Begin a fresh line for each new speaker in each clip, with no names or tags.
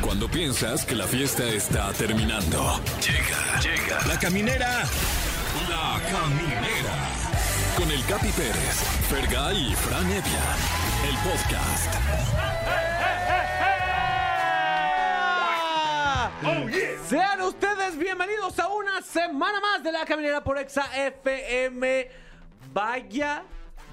Cuando piensas que la fiesta está terminando. Llega, llega. La caminera. La caminera. Con el Capi Pérez, Fergay y Fran Evia. El podcast.
Sean ustedes bienvenidos a una semana más de la caminera por Exa FM. Vaya,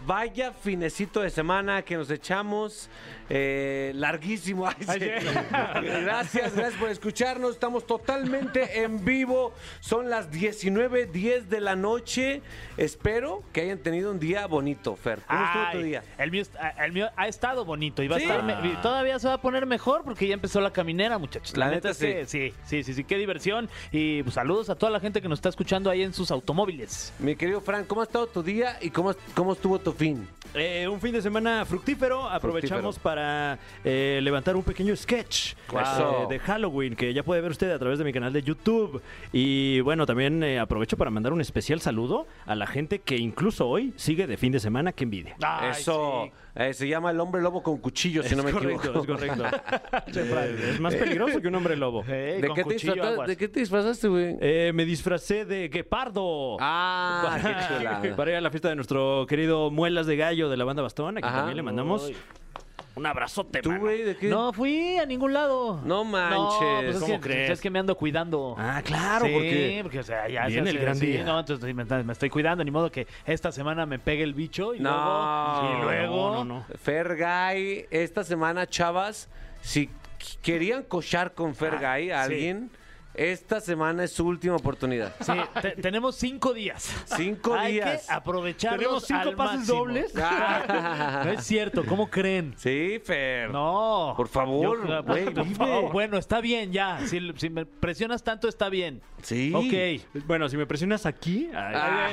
vaya finecito de semana que nos echamos eh, larguísimo. Ay, sí. Gracias, gracias por escucharnos. Estamos totalmente en vivo. Son las 19.10 de la noche. Espero que hayan tenido un día bonito, Fer. ¿Cómo estuvo tu
Ay,
día?
El mío, est- el mío ha estado bonito y va
¿Sí?
a estar me- todavía se va a poner mejor porque ya empezó la caminera, muchachos. La,
La neta,
neta, es que sí, sí, sí, sí, qué diversión y pues, saludos a toda la gente que nos está escuchando ahí en sus automóviles.
Mi querido Fran, ¿cómo ha estado tu día y cómo, cómo estuvo tu fin?
Eh, un fin de semana fructífero. Aprovechamos
Fructífero.
para eh, levantar un pequeño sketch
Claro.
eh, de Halloween que ya puede ver usted a través de mi canal de YouTube. Y bueno, también eh, aprovecho para mandar un especial saludo a la gente que incluso hoy sigue de fin de semana. Que envidia.
Ay,
Eso
sí.
eh, se llama el hombre lobo con cuchillo, si no me
correcto,
equivoco.
es correcto. Eh, es más peligroso que un hombre lobo.
Eh,
¿De
con
qué, te
cuchillo,
disfraza-
aguas.
de qué te disfrazaste, güey?
Eh, me disfracé de guepardo.
Ah, qué
para,
chulada.
para ir a la fiesta de nuestro querido Muelas de Gallo de la banda Bastón, a quien
Ajá.
también le mandamos
Uy.
un abrazote,
¿Tú,
mano.
güey, de qué?
No fui a ningún lado.
No manches.
No, pues es
¿Cómo
que,
crees?
Es que me ando cuidando.
Ah, claro,
Sí,
porque
porque o sea, ya
viene
se
el
hace-
gran
sí,
día.
No, entonces me, me estoy cuidando, ni modo que esta semana me pegue el bicho y
No.
luego y luego
No, no, no.
Fergay, esta semana, chavas, si qu- querían cochar con Fergay a
Ah, sí.
alguien, esta semana es su última oportunidad.
Sí, te- tenemos cinco días.
Cinco
Hay
días.
que aprovecharlos
Tenemos cinco
al
pases
máximo.
dobles.
Ah.
No es cierto, ¿cómo creen?
sí, Fer.
No.
Por favor,
Yo-
güey,
por
vive.
favor. Bueno, está bien ya. Si, si me presionas tanto, está bien.
Sí.
Ok.
Bueno, si me presionas aquí. ay,
Ah.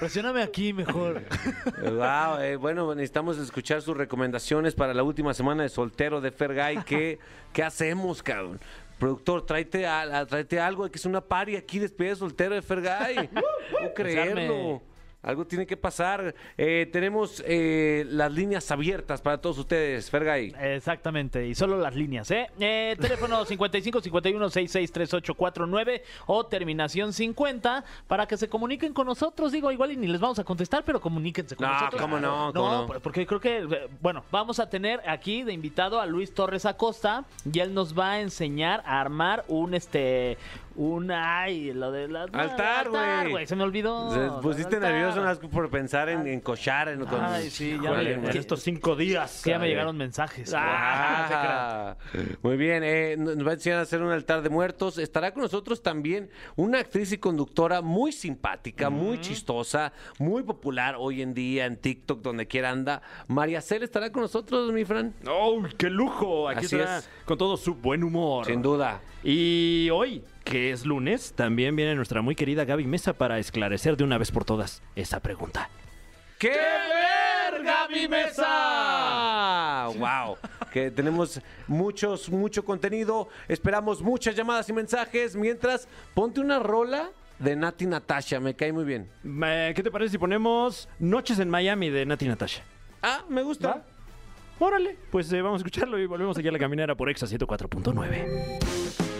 Presióname aquí mejor.
Wow, eh, bueno, necesitamos escuchar sus recomendaciones para la última semana de soltero de Fergay. ¿Qué, qué hacemos, cabrón? Productor, tráete, a- a- tráete algo, que es una party aquí, despedida de soltero de Fergay.
Pues
No creerlo.
Desarme.
Algo tiene que pasar. Eh, tenemos eh, las líneas abiertas para todos ustedes, Fergay.
Exactamente, y solo las líneas, ¿eh? Eh, teléfono 55 51 66 38 49 o terminación 50 para que se comuniquen con nosotros. Digo, igual y ni les vamos a contestar, pero comuníquense con
No,
nosotros.
cómo no, cómo no.
por- porque creo que, eh, bueno, vamos a tener aquí de invitado a Luis Torres Acosta y él nos va a enseñar a armar un, este, un, ay, lo de la...
Altar, güey.
Se me olvidó.
Se pusiste
Altar.
nervioso nada más por pensar en, en cochar. En, con-
Ay, sí, ya
con
me-
alguien,
en
güey.
estos cinco días.
Que ya me
ay,
llegaron mensajes. Se crean.
Ah, muy bien, eh, nos va a enseñar a hacer un altar de muertos. Estará con nosotros también una actriz y conductora muy simpática, muy chistosa, muy popular hoy en día en TikTok, donde quiera anda. María Cel estará con nosotros, mi Fran.
¡Oh, qué lujo! Aquí
Así
está
es.
con todo su buen humor.
Sin duda.
Y hoy, que es lunes, también viene nuestra muy querida Gaby Mesa para esclarecer de una vez por todas esa pregunta.
¡Qué verga, mi mesa! ¡Wow! Que tenemos muchos, mucho contenido. Esperamos muchas llamadas y mensajes. Mientras, ponte una rola de Nati Natasha. Me cae muy bien.
Eh, ¿Qué te parece si ponemos Noches en Miami de Nati Natasha?
Ah, me gusta.
¿Va? Órale, pues eh, vamos a escucharlo y volvemos aquí a la caminera por Exa 104.9.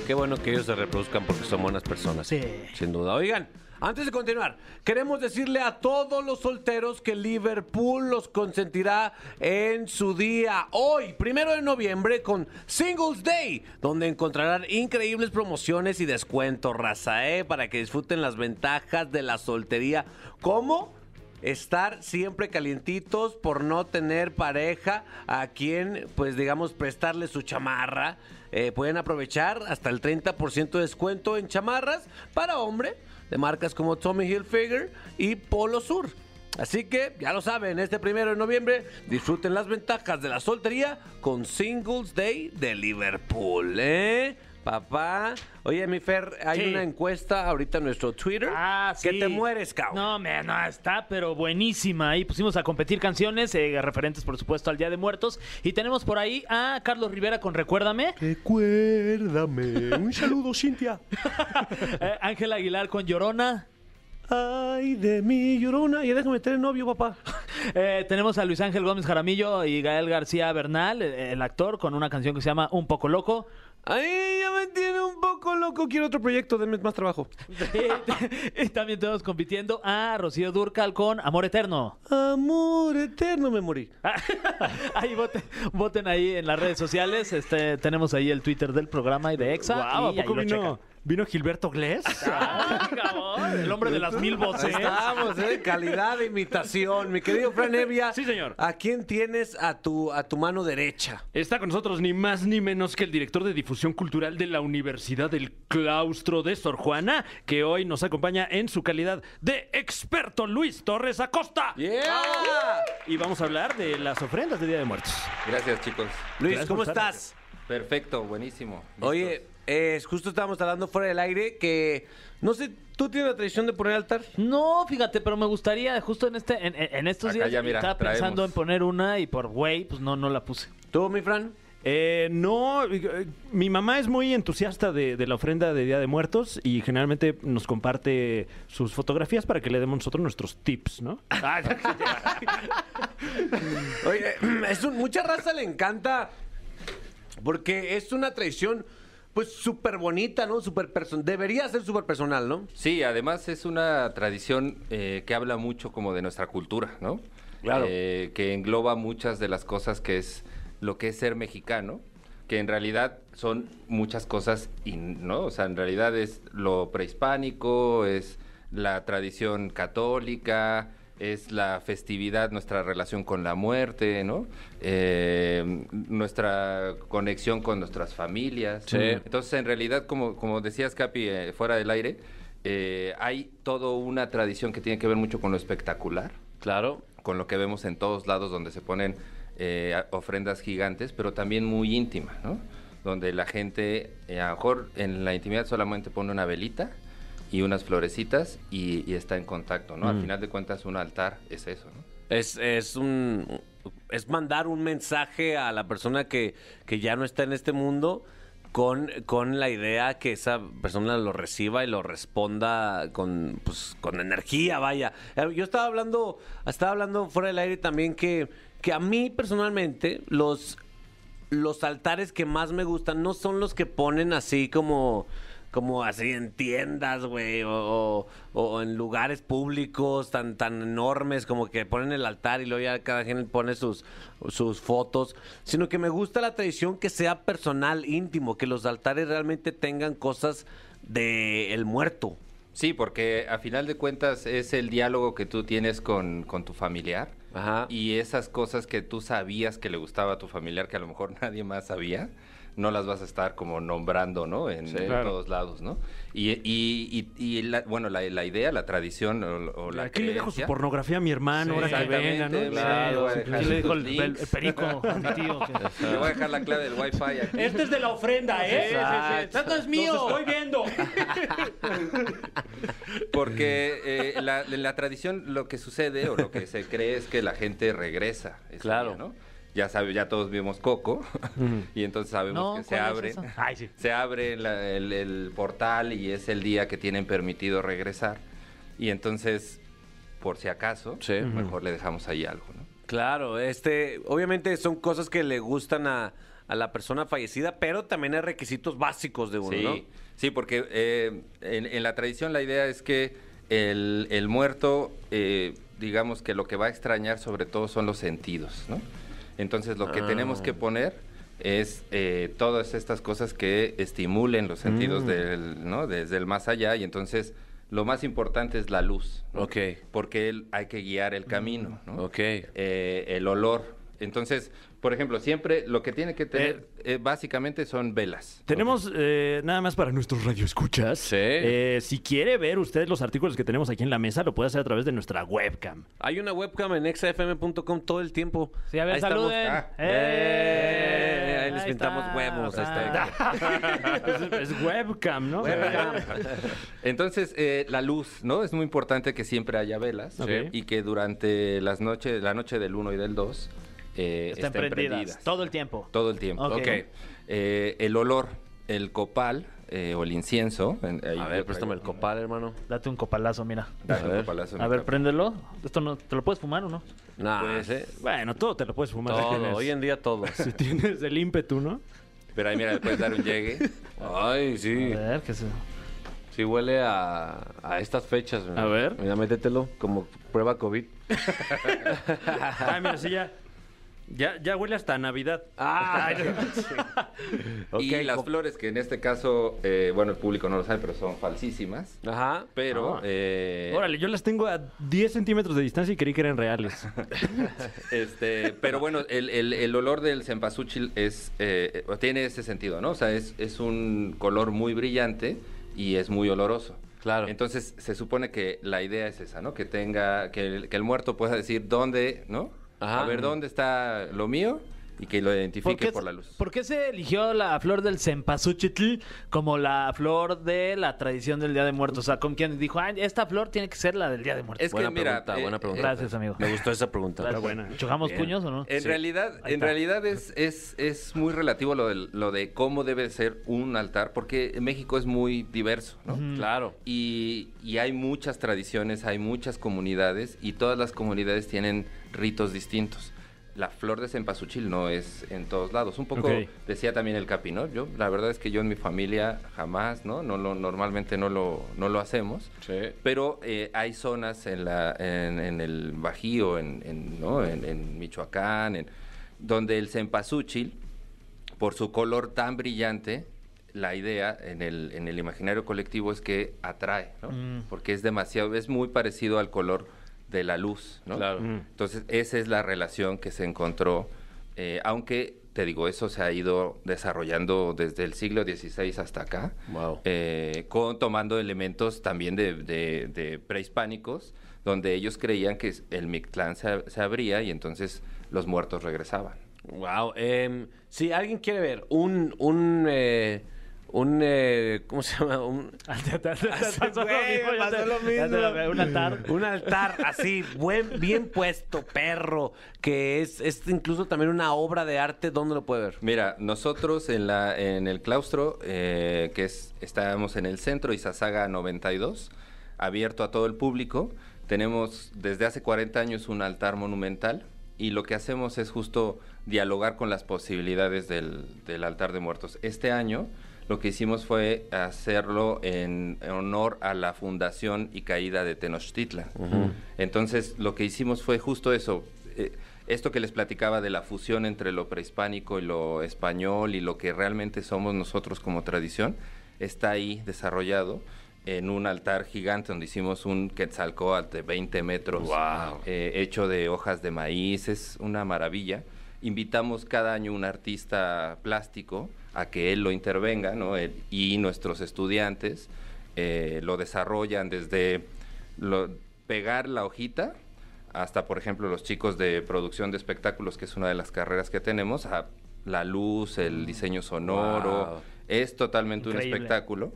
Qué bueno que ellos se reproduzcan porque son buenas personas.
Sí.
Sin duda. Oigan, antes de continuar, queremos decirle a todos los solteros que Liverpool los consentirá en su día hoy, primero de noviembre, con Singles Day, donde encontrarán increíbles promociones y descuentos, raza, ¿eh? para que disfruten las ventajas de la soltería. ¿Cómo? estar siempre calientitos por no tener pareja a quien, pues digamos, prestarle su chamarra. Eh, pueden aprovechar hasta el 30% de descuento en chamarras para hombre de marcas como Tommy Hilfiger y Polo Sur. Así que ya lo saben, este primero de noviembre disfruten las ventajas de la soltería con Singles Day de Liverpool, ¿eh? Papá, oye mi Fer, hay
Sí.
una encuesta ahorita en nuestro Twitter
Ah, sí.
que te mueres, cabrón.
No, me, no, está, pero buenísima. Ahí pusimos a competir canciones eh, referentes, por supuesto, al Día de Muertos. Y tenemos por ahí a Carlos Rivera con Recuérdame,
Recuérdame. Un saludo, Cintia.
eh, Ángel Aguilar con Llorona.
Ay, de mi llorona. Ya déjame tener novio, papá.
Eh, tenemos a Luis Ángel Gómez Jaramillo y Gael García Bernal, eh, el actor, con una canción que se llama Un poco loco.
Ay, ya me tiene un poco loco. Quiero otro proyecto, denme más trabajo.
Y- y también tenemos compitiendo a Rocío Durcal con Amor Eterno.
Amor eterno, me morí.
ahí voten, voten ahí en las redes sociales. Este, tenemos ahí el Twitter del programa y de Exa.
Guau, ¿a Ah.
y ahí
poco
lo
vino, vino Gilberto Glés?
checan. Ah, El hombre de las mil voces.
Estamos, ¿eh? Calidad de imitación. Mi querido Fran Evia.
Sí, señor.
¿A quién tienes a tu, a tu mano derecha?
Está con nosotros ni más ni menos que el director de difusión cultural de la Universidad del Claustro de Sor Juana, que hoy nos acompaña en su calidad de experto Luis Torres Acosta.
¡Yeah!
Y vamos a hablar de las ofrendas de Día de Muertos.
Gracias, chicos.
Luis,
Gracias
¿cómo
por estar.
estás?
Perfecto, buenísimo. Listos.
Oye, eh, justo estábamos hablando fuera del aire que. No sé, ¿tú tienes la tradición de poner altar?
No, fíjate, pero me gustaría, justo en este, en, en- en estos
Acá
días,
ya, mira,
estaba pensando
traemos.
en poner una y por güey, pues no, no la puse.
¿Tú, mi Fran?
Eh, no, eh, mi mamá es muy entusiasta de, de la ofrenda de Día de Muertos y generalmente nos comparte sus fotografías para que le demos nosotros nuestros tips, ¿no?
Oye, es un- mucha raza le encanta porque es una tradición, pues, súper bonita, ¿no? Súper person- Debería ser súper personal, ¿no?
Sí, además es una tradición eh, que habla mucho como de nuestra cultura, ¿no?
Claro.
Eh, que engloba muchas de las cosas que es lo que es ser mexicano, que en realidad son muchas cosas, y, ¿no? O sea, en realidad es lo prehispánico, es la tradición católica, es la festividad, nuestra relación con la muerte, ¿no? Eh, nuestra conexión con nuestras familias. Mm. Entonces, en realidad, como, como decías, Capi, eh, fuera del aire, eh, hay toda una tradición que tiene que ver mucho con lo espectacular,
Claro.
con lo que vemos en todos lados donde se ponen eh, a- ofrendas gigantes, pero también muy íntima, ¿no? Donde la gente, eh, a lo mejor en la intimidad solamente pone una velita y unas florecitas y, y está en contacto, ¿no? Al final de cuentas, un altar es eso, ¿no?
Es, es un es mandar un mensaje a la persona que, que ya no está en este mundo con, con la idea que esa persona lo reciba y lo responda con, pues, con energía, vaya. Eh, Yo estaba hablando, estaba hablando fuera del aire también que, que a mí personalmente los los altares que más me gustan no son los que ponen así como como así en tiendas, güey, o, o- o en lugares públicos tan tan enormes como que ponen el altar y luego ya cada quien pone sus sus fotos, sino que me gusta la tradición que sea personal, íntimo, que los altares realmente tengan cosas de el muerto.
Sí, porque a final de cuentas es el diálogo que tú tienes con, con tu familiar
Ajá.
y esas cosas que tú sabías que le gustaba a tu familiar que a lo mejor nadie más sabía, no las vas a estar como nombrando, ¿no? En, en
Claro.
todos lados, ¿no? Y, y- y- y la- bueno, la, la idea, la tradición o, o la
Aquí le dejo su
creencia.
pornografía a mi hermano
Sí,
ahora que venga, ¿no?
exactamente, claro,
Sí,
voy a dejar
sí,
Yo
sí.
le digo el,
tus links.
el perico a mi tío. que-
Le voy a dejar la clave del wifi aquí.
Este es de la ofrenda, ¿eh?
Sí, sí, sí. Tanto es mío.
Los estoy viendo.
Porque eh, la, en la tradición lo que sucede o lo que se cree es que la gente regresa. ese
Claro.
día, ¿no? Ya, sabe, ya todos vimos Coco y entonces sabemos
No,
que se
¿cuál es
abre,
esa? Ay, sí.
se abre la- el, el portal y es el día que tienen permitido regresar. Y entonces, por si acaso,
Sí.
mejor le dejamos ahí algo. ¿no?
Claro, este, obviamente son cosas que le gustan a, a la persona fallecida, pero también hay requisitos básicos de uno,
Sí,
¿no?
sí, porque eh, en, en la tradición la idea es que el, el muerto, eh, digamos que lo que va a extrañar sobre todo son los sentidos, ¿no? Entonces lo que tenemos
Ah.
que poner es eh, todas estas cosas que estimulen los sentidos
Mm.
del, ¿no? desde el más allá y entonces lo más importante es la luz, ¿no?
Ok.
porque el- hay que guiar el camino, ¿no?
Ok.
Eh, el olor. Entonces, por ejemplo, siempre lo que tiene que tener eh, básicamente son velas.
Tenemos eh, nada más para nuestros radioescuchas.
Sí.
Eh, si quiere ver usted los artículos que tenemos aquí en la mesa, lo puede hacer a través de nuestra webcam.
Hay una webcam en exafm.com todo el tiempo.
Sí, a ver,
Ahí estamos.
saluden.
Ah.
¡Eh!
Eh, ahí les
Ahí
pintamos
está,
huevos, ahí está.
bravo.
es, es webcam, ¿no?
Entonces, eh, la luz, ¿no? Es muy importante que siempre haya velas
Ok.
y que durante las noches, la noche del 1 y del 2 eh,
Están
estén
prendidas
prendidas.
todo el tiempo.
Todo el tiempo.
Ok.
Eh, el olor, el copal, eh, o el incienso. en- ahí
A
lo
ver,
traigo.
préstame el copal, hermano.
Date un copalazo, mira.
Dale,
A ver.
copalazo en
A
el
ver,
café.
préndelo. Esto no, ¿Te lo puedes fumar o no?
Nah,
Pues,
ese-
Bueno, todo te lo puedes fumar. si
todo,
tienes-
hoy en día todo.
Si tienes el ímpetu, ¿no?
Pero ahí mira, le puedes dar un llegue.
Ay,
A
sí.
ver, que se...
Sí huele a, a estas fechas. mira.
A ver.
Mira, métetelo como prueba COVID.
Ah, mira, sí, ya. Ya, ya huele hasta Navidad.
Ah, ok.
y las
co-
flores, que en este caso, eh, bueno, el público no lo sabe, pero son falsísimas.
Ajá.
Pero,
Ah.
eh,
Órale, yo las tengo a 10 centímetros de distancia y creí que eran reales.
este, pero bueno, el, el- el olor del cempasúchil es, eh, eh, tiene ese sentido, ¿no? O sea, es, es un color muy brillante y es muy oloroso.
Claro.
Entonces, se supone que la idea es esa, ¿no? Que tenga, que el, que el muerto pueda decir dónde, ¿no?
Ajá.
A ver, ¿dónde está lo mío? Y que lo identifique por,
se-
la luz.
por qué se eligió la flor del cempasúchil como la flor de la tradición del Día de Muertos? O sea, con quien dijo, "Ay, esta flor tiene que ser la del Día de Muertos.
Es que,
buena
mira,
pregunta,
eh, Eh,
buena pregunta.
Gracias, amigo.
Me gustó esa pregunta.
Gracias.
buena.
¿Chocamos
Bien.
puños o no?
En realidad,
Ahí
en
está.
realidad es, es, es muy relativo lo de, lo de cómo debe ser un altar, porque México es muy diverso, ¿no?
Claro.
Y, y hay muchas tradiciones, hay muchas comunidades, y todas las comunidades tienen ritos distintos. La flor de cempasúchil no es en todos lados. Un poco
Ok.
decía también el capi, ¿no? Yo, la verdad es que yo en mi familia jamás, ¿no? No lo, normalmente no lo, no lo hacemos.
Sí.
Pero eh, hay zonas en, la, en, en el Bajío, en, en, ¿no? en, en Michoacán, en- donde el cempasúchil, por su color tan brillante, la idea en el, en el imaginario colectivo es que atrae, ¿no? porque es demasiado, es muy parecido al color de la luz. ¿no?
Claro.
Mm.
Entonces, esa es la relación que se encontró, eh, aunque, te digo, eso se ha ido desarrollando desde el siglo XVI hasta acá,
Wow.
eh, con, tomando elementos también de, de- de prehispánicos, donde ellos creían que el Mictlán se, se abría y entonces los muertos regresaban.
Wow. em, si alguien quiere ver un. un eh, un, eh, ¿Cómo se llama? Un,
Pasó lo
Güey,
mismo, ya
pasó
te-
lo
ya te la-
mismo.
Un altar.
Un altar así, buen, bien puesto, perro, que es, es incluso también una obra de arte, ¿dónde lo puede ver?
Mira, nosotros en, la, en el claustro, eh, que es, estábamos en el centro Izazaga 92, abierto a todo el público, tenemos desde hace 40 años un altar monumental y lo que hacemos es justo dialogar con las posibilidades del, del altar de muertos. Este año lo que hicimos fue hacerlo en, en honor a la fundación y caída de Tenochtitlan. Entonces lo que hicimos fue justo eso, eh, esto que les platicaba de la fusión entre lo prehispánico y lo español y lo que realmente somos nosotros como tradición, está ahí desarrollado en un altar gigante donde hicimos un quetzalcóatl de 20 metros, eh, hecho de hojas de maíz, es una maravilla. Invitamos cada año un artista plástico a que él lo intervenga, ¿no? Él- y nuestros estudiantes eh, lo desarrollan desde lo- pegar la hojita hasta, por ejemplo, los chicos de producción de espectáculos, que es una de las carreras que tenemos, a la luz, el diseño sonoro.
Wow.
Es totalmente un
Increíble.
espectáculo.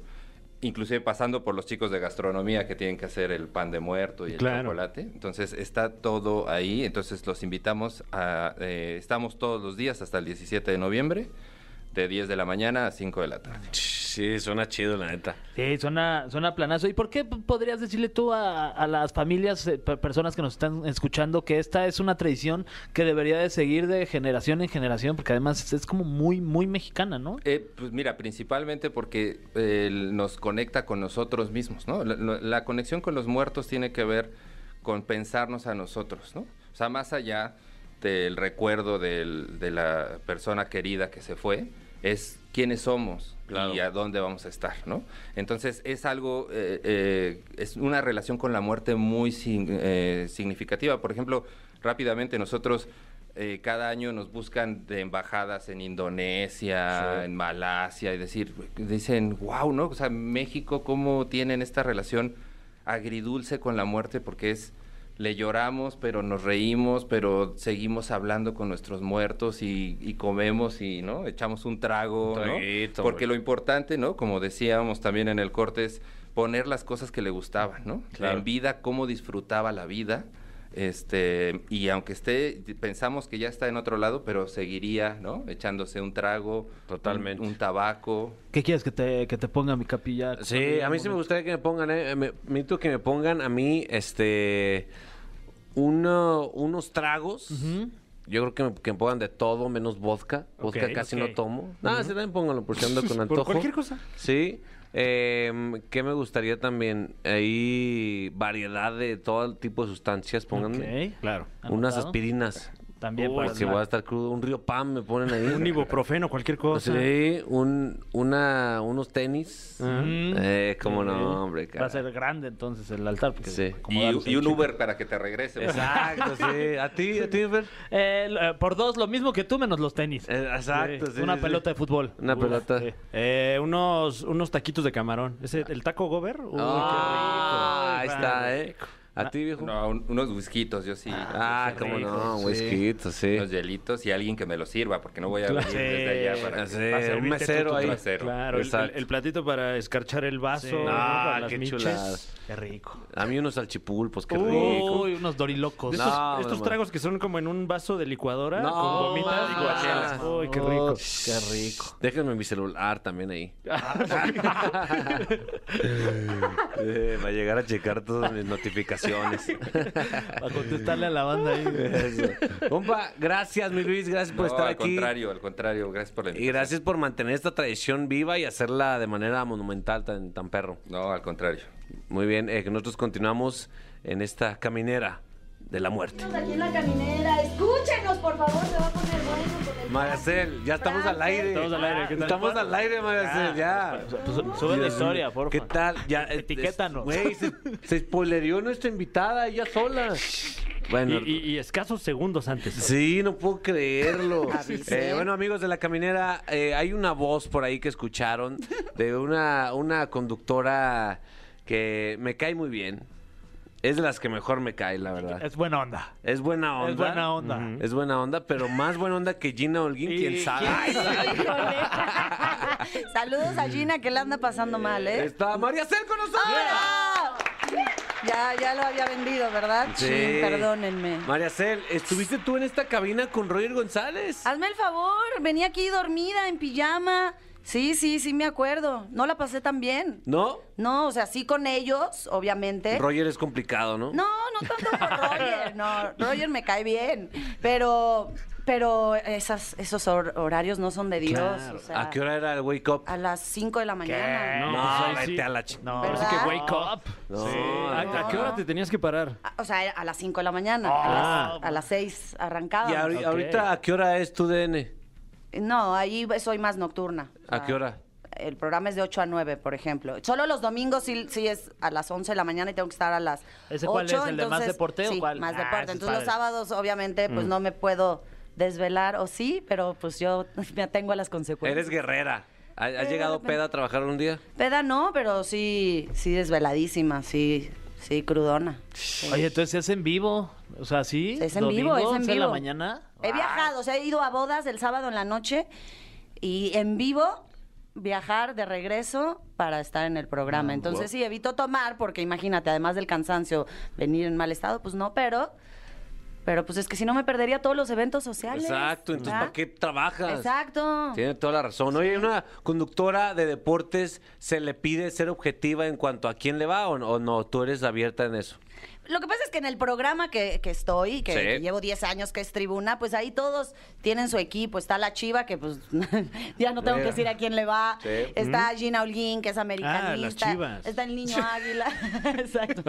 Inclusive pasando por los chicos de gastronomía que tienen que hacer el pan de muerto y el
Claro.
chocolate. Entonces está todo ahí. Entonces los invitamos a... eh, estamos todos los días hasta el 17 de noviembre, de 10 de la mañana a 5 de la tarde.
Sí, suena chido, la neta.
Sí, suena, suena planazo. ¿Y por qué p- podrías decirle tú a, a las familias, eh, pe- personas que nos están escuchando, que esta es una tradición que debería de seguir de generación en generación? Porque además es- es como muy, muy mexicana, ¿no?
Eh, pues mira, principalmente porque eh, nos conecta con nosotros mismos, ¿no? La, la- la conexión con los muertos tiene que ver con pensarnos a nosotros, ¿no? O sea, más allá del recuerdo del- de la persona querida que se fue, es quiénes somos
Claro.
y a dónde vamos a estar, ¿no? Entonces es algo, eh, eh, es una relación con la muerte muy sin- eh, significativa. Por ejemplo, rápidamente nosotros eh, cada año nos buscan de embajadas en Indonesia, en Malasia, y decir, dicen, wow, ¿no? O sea, México, ¿cómo tienen esta relación agridulce con la muerte? Porque es, le lloramos, pero nos reímos, pero seguimos hablando con nuestros muertos y, y comemos y, ¿no? Echamos un trago, ¿no?
Traguito,
Porque
güey.
lo importante, ¿no? Como decíamos también en el corte, es poner las cosas que le gustaban, ¿no?
Claro.
En vida, cómo disfrutaba la vida Este, y aunque esté, pensamos que ya está en otro lado, pero seguiría, ¿no? Echándose un trago,
Totalmente.
un, un tabaco.
¿Qué quieres que te, que te ponga mi capilla?
Sí, a mí sí me gustaría que me pongan, eh, me, me necesito que me pongan a mí, este, uno- unos tragos. Yo creo que me, que me pongan de todo menos vodka. Vodka
Ok,
casi
ok.
no tomo. Nada, sí también pónganlo por si ando con
Por
antojo.
cualquier cosa.
Sí. Eh, ¿Qué me gustaría también? Ahí variedad de todo tipo de sustancias, pónganme.
Ok, claro.
Unas
Anotado.
aspirinas.
También
Uy,
para
Porque voy a estar crudo. Un río pan me ponen ahí.
Un ibuprofeno, cualquier cosa.
Pues Sí, un, una, unos tenis.
Mm.
Eh, cómo no, hombre.
Va a
cara.
ser grande entonces el altar. porque
Sí.
Y,
acomodarlos ahí
y un
chico.
Uber para que te regrese.
Exacto, sí. A ti, a ti, Fer.
Eh, lo- eh, por dos, lo mismo que tú, menos los tenis.
Eh, Exacto, sí.
Una
sí,
pelota de fútbol.
Una pelota.
Eh, unos, unos taquitos de camarón. Ese- ¿El taco gober? Uy, qué
Ah, ahí
rico.
está, ¿eh? A ti, viejo.
No, un- unos whiskitos, yo sí.
Ah, cómo no, whisky, sí.
Unos hielitos y alguien que me lo sirva, porque no voy a venir desde allá para
Ah, Sí,
que-
un
servirte tú
mesero
tu
ahí.
trasero. Cero.
Claro, el,
Exacto.
el- el platito para escarchar el vaso. ¿no? Para
Ah,
las
qué
miches.
chuladas.
Qué rico.
A mí unos salchipulpos, qué rico.
Uy, unos dorilocos.
De
No,
estos,
bueno,
estos
bueno.
tragos que son como en un vaso de licuadora
No,
con gomitas
mames.
y guachelas. Uy, qué rico.
Qué rico.
Déjenme mi celular también ahí. Eh, va a llegar a checar todas mis notificaciones.
Para contestarle a la banda ahí.
Eso. Compa, gracias, mi Luis, gracias por
No,
estar
al
Pues aquí.
contrario, al contrario. Gracias por la
Y gracias por mantener esta tradición viva y hacerla de manera monumental tan, tan perro.
No, al contrario.
Muy bien, eh, que nosotros continuamos en esta caminera de la muerte.
Estamos aquí en la caminera. Escúchenos, por favor, se va a poner bueno con el
Magacel, ya estamos al aire.
Estamos al aire, ¿qué tal?
Estamos al aire, Magacel, ya.
Pues, sube la historia, porfa.
¿Qué tal? Ya, eh,
Etiquétanos.
Güey, se, se spoilereó nuestra invitada, ella sola. Bueno,
Y, y- y escasos segundos antes.
Sí, no puedo creerlo. Eh, bueno, amigos de la caminera, eh, hay una voz por ahí que escucharon de una, una conductora que me cae muy bien. Es de las que mejor me cae, la verdad.
Es buena onda.
Es buena onda. Mm-hmm.
Es buena onda.
Es buena onda, pero más buena onda que Gina Holguín, quién sabe. Ay,
Híjole. Saludos a Gina que la anda pasando mal, ¿eh?
Está María Cel con nosotros.
¡Hola! Ya, ya lo había vendido, ¿verdad?
Sí.
Chin, Perdónenme.
María Cel, estuviste tú en esta cabina con Roger González.
Hazme el favor, venía aquí dormida en pijama. Sí, sí, sí me acuerdo. No la pasé tan bien.
¿No?
No, o sea, sí con ellos, obviamente.
Roger es complicado, ¿no?
¿Eh? No, no tanto por Roger, no, Roger me cae bien, pero pero esas, esos hor- horarios no son de Dios, o sea,
¿A qué hora era el wake up?
a las 5 de la mañana.
No,
No,
pues ahí sí.
vete a la chingada.
No,
¿Verdad?
Así que wake up.
No,
Sí. ¿A,
Ah,
a qué hora te tenías que parar?
A- O sea, a las 5 de la mañana, a, las, a las 6 arrancaba.
Ah. ¿Y ahori-
Ok.
ahorita a qué hora es tu DN?
No, ahí soy más nocturna. O
¿A
sea,
qué hora?
El programa es de 8 a 9, por ejemplo. Solo los domingos sí, sí es a las 11 de la mañana y tengo que estar a las
¿Ese
8.
cuál es? ¿El de más
entonces-
deporte o
sí,
cuál?
más
Ah, ese
deporte.
es
Entonces los
padre. Mm.
sábados, obviamente, pues no me puedo desvelar o sí, pero pues yo me atengo a las consecuencias.
Eres guerrera. ¿Ha- ¿Has llegado peda a trabajar un día?
Peda no, pero sí, sí desveladísima, sí, sí crudona.
Oye, entonces es en vivo. O sea, sí.
Es en vivo, es
Domingo,
en
11 de la
vivo. Eh,
mañana.
He viajado, o sea, he ido a bodas el sábado en la noche y en vivo viajar de regreso para estar en el programa. Entonces sí, evito tomar porque imagínate, además del cansancio, venir en mal estado, pues no, pero... Pero pues es que si no me perdería todos los eventos sociales.
Exacto, entonces
¿verdad?
¿para qué trabajas?
Exacto.
Tiene toda la razón. Oye, una conductora de deportes se le pide ser objetiva en cuanto a quién le va o, o no, tú eres abierta en eso.
Lo que pasa es que en el programa que, que estoy, que,
Sí.
que llevo 10 años, que es Tribuna, pues ahí todos tienen su equipo. Está la Chiva, que pues ya no tengo que decir a quién le va.
Sí.
Está Gina Holguín, que es americanista.
Ah, las Chivas.
Está el Niño Águila. Exacto.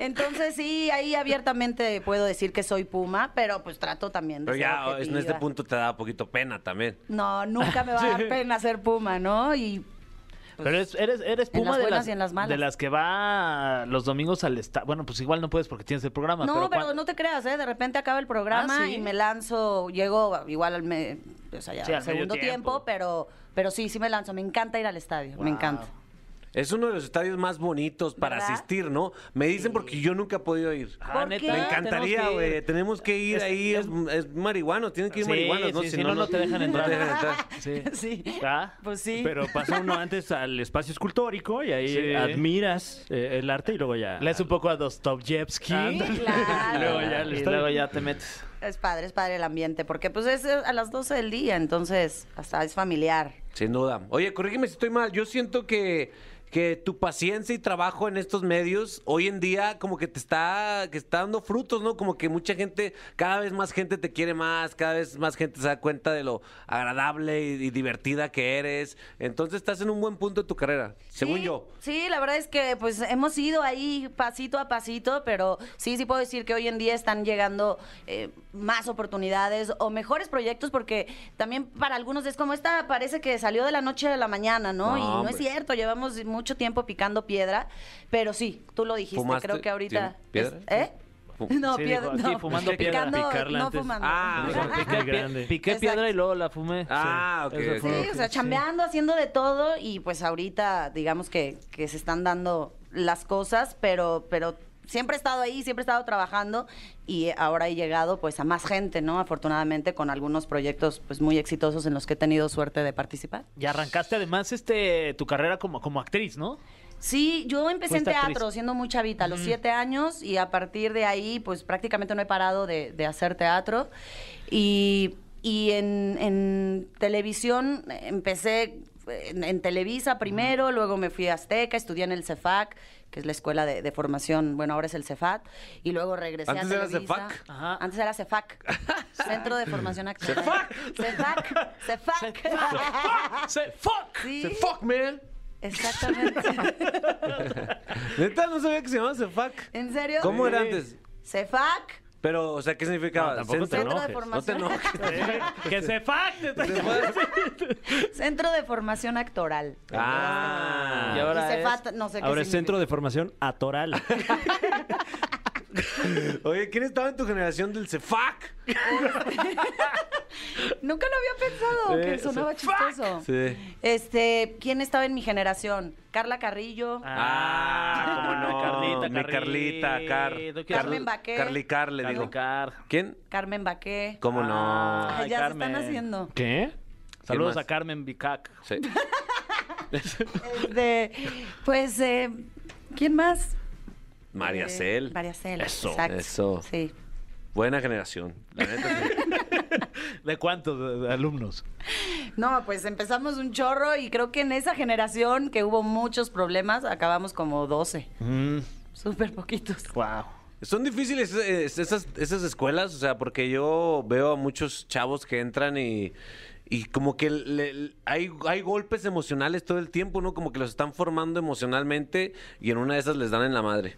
Entonces sí, ahí abiertamente puedo decir que soy Puma, pero pues trato también de
Pero
ser
ya o- en este
objetiva.
punto te da poquito pena también.
No, nunca me va a dar pena ser Puma, ¿no? Y
Pero eres, eres, eres
pues, en
puma
las
de,
buenas
las,
y en las malas.
de las que va los domingos al estado. Bueno, pues igual no puedes porque tienes el programa.
No, pero,
cuan-
no te creas, ¿eh? De repente acaba el programa
Ah, ¿sí?
y me lanzo, llego igual al, me- o sea, ya
Sí, al
al segundo
medio tiempo.
tiempo, pero, pero sí, sí me lanzo. Me encanta ir al estadio, me encanta.
Es uno de los estadios más bonitos para
¿Verdad?
asistir, ¿no? Me dicen porque yo nunca he podido ir.
Ah,
¿Por
neta,
qué?
Me
tenemos
encantaría,
tenemos que ir.
güey. Tenemos que ir
Es-
ahí.
es-
Es, es marihuano, tienen que ir
Sí,
marihuanos, ¿no?
sí, si no, no te dejan entrar.
No te dejan entrar.
Sí.
Sí.
¿Ah?
Pues sí.
Pero pasa uno antes al espacio escultórico y ahí
Sí.
admiras eh, el arte y luego ya.
Lees un poco a Dostoyevsky.
Ándale.
Claro.
Y luego ya, le-
Y
y
luego
luego ya te metes.
Es padre, es padre el ambiente, porque pues es eh, a las 12 del día, entonces hasta es familiar.
Sin duda. Oye, corrígeme si estoy mal. Yo siento que, que tu paciencia y trabajo en estos medios hoy en día como que te está, que está dando frutos, ¿no? Como que mucha gente, cada vez más gente te quiere más, cada vez más gente se da cuenta de lo agradable y, y divertida que eres. Entonces estás en un buen punto de tu carrera, según
Sí,
yo.
Sí, la verdad es que pues hemos ido ahí pasito a pasito, pero sí, sí puedo decir que hoy en día están llegando eh, más oportunidades o mejores proyectos, porque también para algunos es como esta, parece que salió de la noche a la mañana, ¿no?
No,
y no
hombre.
es cierto, llevamos mucho tiempo picando piedra, pero sí, tú lo dijiste,
¿Fumaste?
creo que ahorita...
¿Sí? ¿Piedra?
es- ¿Eh? No,
Sí,
piedra,
dijo, aquí
no,
fumando
picando,
piedra.
Picarla
no
antes.
fumando.
Ah,
Dijo,
ok.
piqué grande.
Piqué
Exacto.
piedra y luego la fumé.
Ah,
Sí.
ok,
Eso
ok.
fue lo
Sí,
que-
o sea,
sí.
chambeando, haciendo de todo y pues ahorita digamos que, que se están dando las cosas, pero, pero siempre he estado ahí, siempre he estado trabajando y ahora he llegado pues a más gente, ¿no? Afortunadamente con algunos proyectos pues muy exitosos en los que he tenido suerte de participar.
Y arrancaste además este tu carrera como, como actriz, ¿no?
Sí, yo empecé en
Fuiste
teatro
actriz.
siendo muy chavita, a los siete años, y a partir de ahí, pues prácticamente no he parado de, de hacer teatro. Y, y en, en televisión eh, empecé eh, en, en Televisa primero, luego me fui a Azteca, estudié en el CEFAC, que es la escuela de, de formación, bueno, ahora es el CEFAT, y luego regresé
¿Antes
a
era
Televisa.
CEFAC?
Ajá.
Antes era CEFAC, Centro de Formación Actoral. CEFAC, CEFAC.
Se- fuck.
Sí,
The fuck, man.
exactamente.
Neta, no sabía que se llamaba The fuck.
¿En serio?
¿Cómo era antes?
CEFAC,
Pero, o sea, ¿qué significaba?
No, tampoco te
Centro-
Centro de
enojes,
No te
Formación,
enojes.
que se facte.
Centro de Formación Actoral.
Ah.
Y ahora
Y
es-
Cefat, no sé qué
Ahora es
significa.
centro de formación atoral.
Oye, ¿quién estaba en tu generación del CEFAC?
Nunca lo había pensado,
Eh,
que sonaba chistoso.
Sí.
Este, ¿quién estaba en mi generación? Carla Carrillo.
Ah, cómo no.
Carlita,
Mi Carlita, Car.
Carlito, ¿qué-
Carmen Baqué.
Carly Car, le digo.
Carmen Car.
¿Quién?
Carmen Baqué.
¿Cómo
Ah.
Ay,
Ay,
ya se
Carmen.
están haciendo.
¿Qué?
Saludos
más?
a Carmen Bicac.
no? Sí.
Este, pues, eh, ¿quién más?
María
Eh,
Cel.
María Cel.
Eso.
exacto.
Eso.
Sí.
Buena generación. La neta, sí.
¿De cuántos eh, alumnos?
No, pues empezamos un chorro y creo que en esa generación que hubo muchos problemas, acabamos como 12.
Mm.
Súper poquitos.
Wow.
Son difíciles eh, esas, esas escuelas, o sea, porque yo veo a muchos chavos que entran y, y como que le- hay, hay golpes emocionales todo el tiempo, ¿no? Como que los están formando emocionalmente y en una de esas les dan en la madre.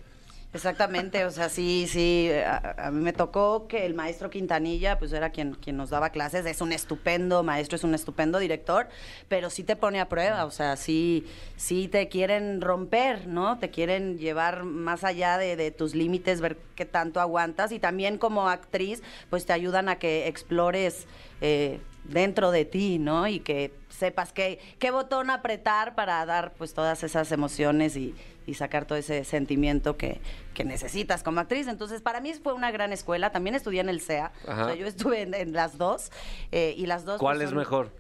Exactamente, o sea, sí, sí, a, a mí me tocó que el maestro Quintanilla, pues era quien, quien nos daba clases, es un estupendo maestro, es un estupendo director, pero sí te pone a prueba, o sea, sí, sí te quieren romper, ¿no? Te quieren llevar más allá de, de tus límites, ver qué tanto aguantas y también como actriz, pues te ayudan a que explores eh, dentro de ti, ¿no? Y que sepas qué, qué botón apretar para dar pues todas esas emociones y, y sacar todo ese sentimiento que, que necesitas como actriz. Entonces, para mí fue una gran escuela. También estudié en el CEA.
Ajá.
O sea, yo estuve en, en las dos. eh, y las dos.
¿Cuál
pues,
es
son-
mejor?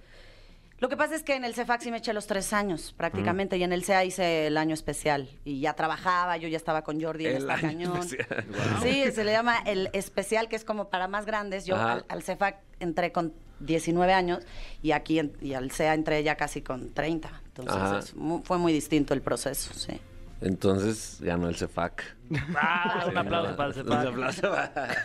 Lo que pasa es que en el CEFAC sí me eché los tres años prácticamente. Y en el CEA hice el año especial. Y ya trabajaba, yo ya estaba con Jordi en
El
este
año
cañón.
especial.
Sí, se le llama el especial, que es como para más grandes. Yo
Ajá.
al, al CEFAC entré con 19 años y aquí en- y al CEA entré ya casi con 30.
Ajá.
Entonces es mu- fue muy distinto el proceso, sí.
Entonces ganó el CEFAC.
Ah, un aplauso para el
Un
Cepac.
aplauso para-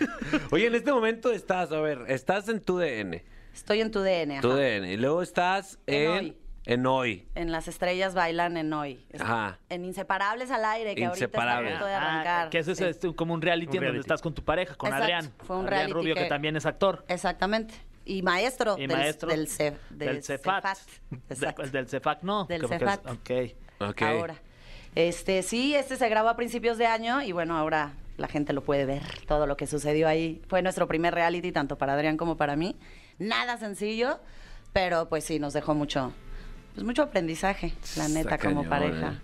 Oye, en este momento estás, a ver, estás en tu DN.
Estoy en tu DNA.
Tu DN. Y luego estás
En
en,
Hoy.
en hoy.
En Las Estrellas Bailan en Hoy. Es-
Ajá.
En Inseparables al Aire, que
Inseparables.
ahorita está a punto de
Ah,
arrancar.
que ese es
Sí.
este, como un reality
Un
en donde
reality.
estás con tu pareja, con
Exacto,
Adrián.
fue un
Adrián
reality
Rubio, que...
que
también es actor.
Exactamente. Y maestro
Y
del,
maestro
del, ce- del
Cefat.
Cefat. Exacto.
De- del Cefac no.
Del
que porque
Cefac.
es-
Ah,
ok.
Ok.
Ahora. Este, sí, este se grabó a principios de año y bueno, ahora la gente lo puede ver, todo lo que sucedió ahí. Fue nuestro primer reality, tanto para Adrián como para mí. Nada sencillo, pero pues sí, nos dejó mucho, pues mucho aprendizaje,
Está
la neta, como
cañón,
pareja.
eh.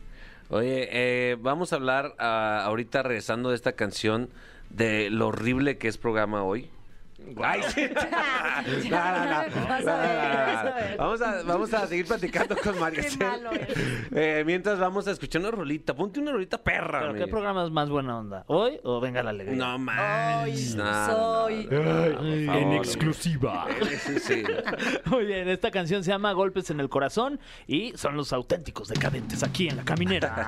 Oye, eh, vamos a hablar ah, ahorita regresando de esta canción de lo horrible que es programa hoy. Ay, sí. No, no, no.
Vas a ver, vas a ver.
Vamos a, vamos a seguir platicando con María.
Qué
Cel.
malo eres.
Eh, mientras vamos a escuchar una rolita. Ponte una rolita perra.
¿Pero qué
amigo.
programa es más buena onda? ¿Hoy o Venga la Alegría?
No
Hoy
manches. no, Ah, no,
soy.
por favor,
en
hombre.
exclusiva.
Sí, sí.
Muy bien, esta canción se llama Golpes en el Corazón y son los auténticos decadentes aquí en La Caminera.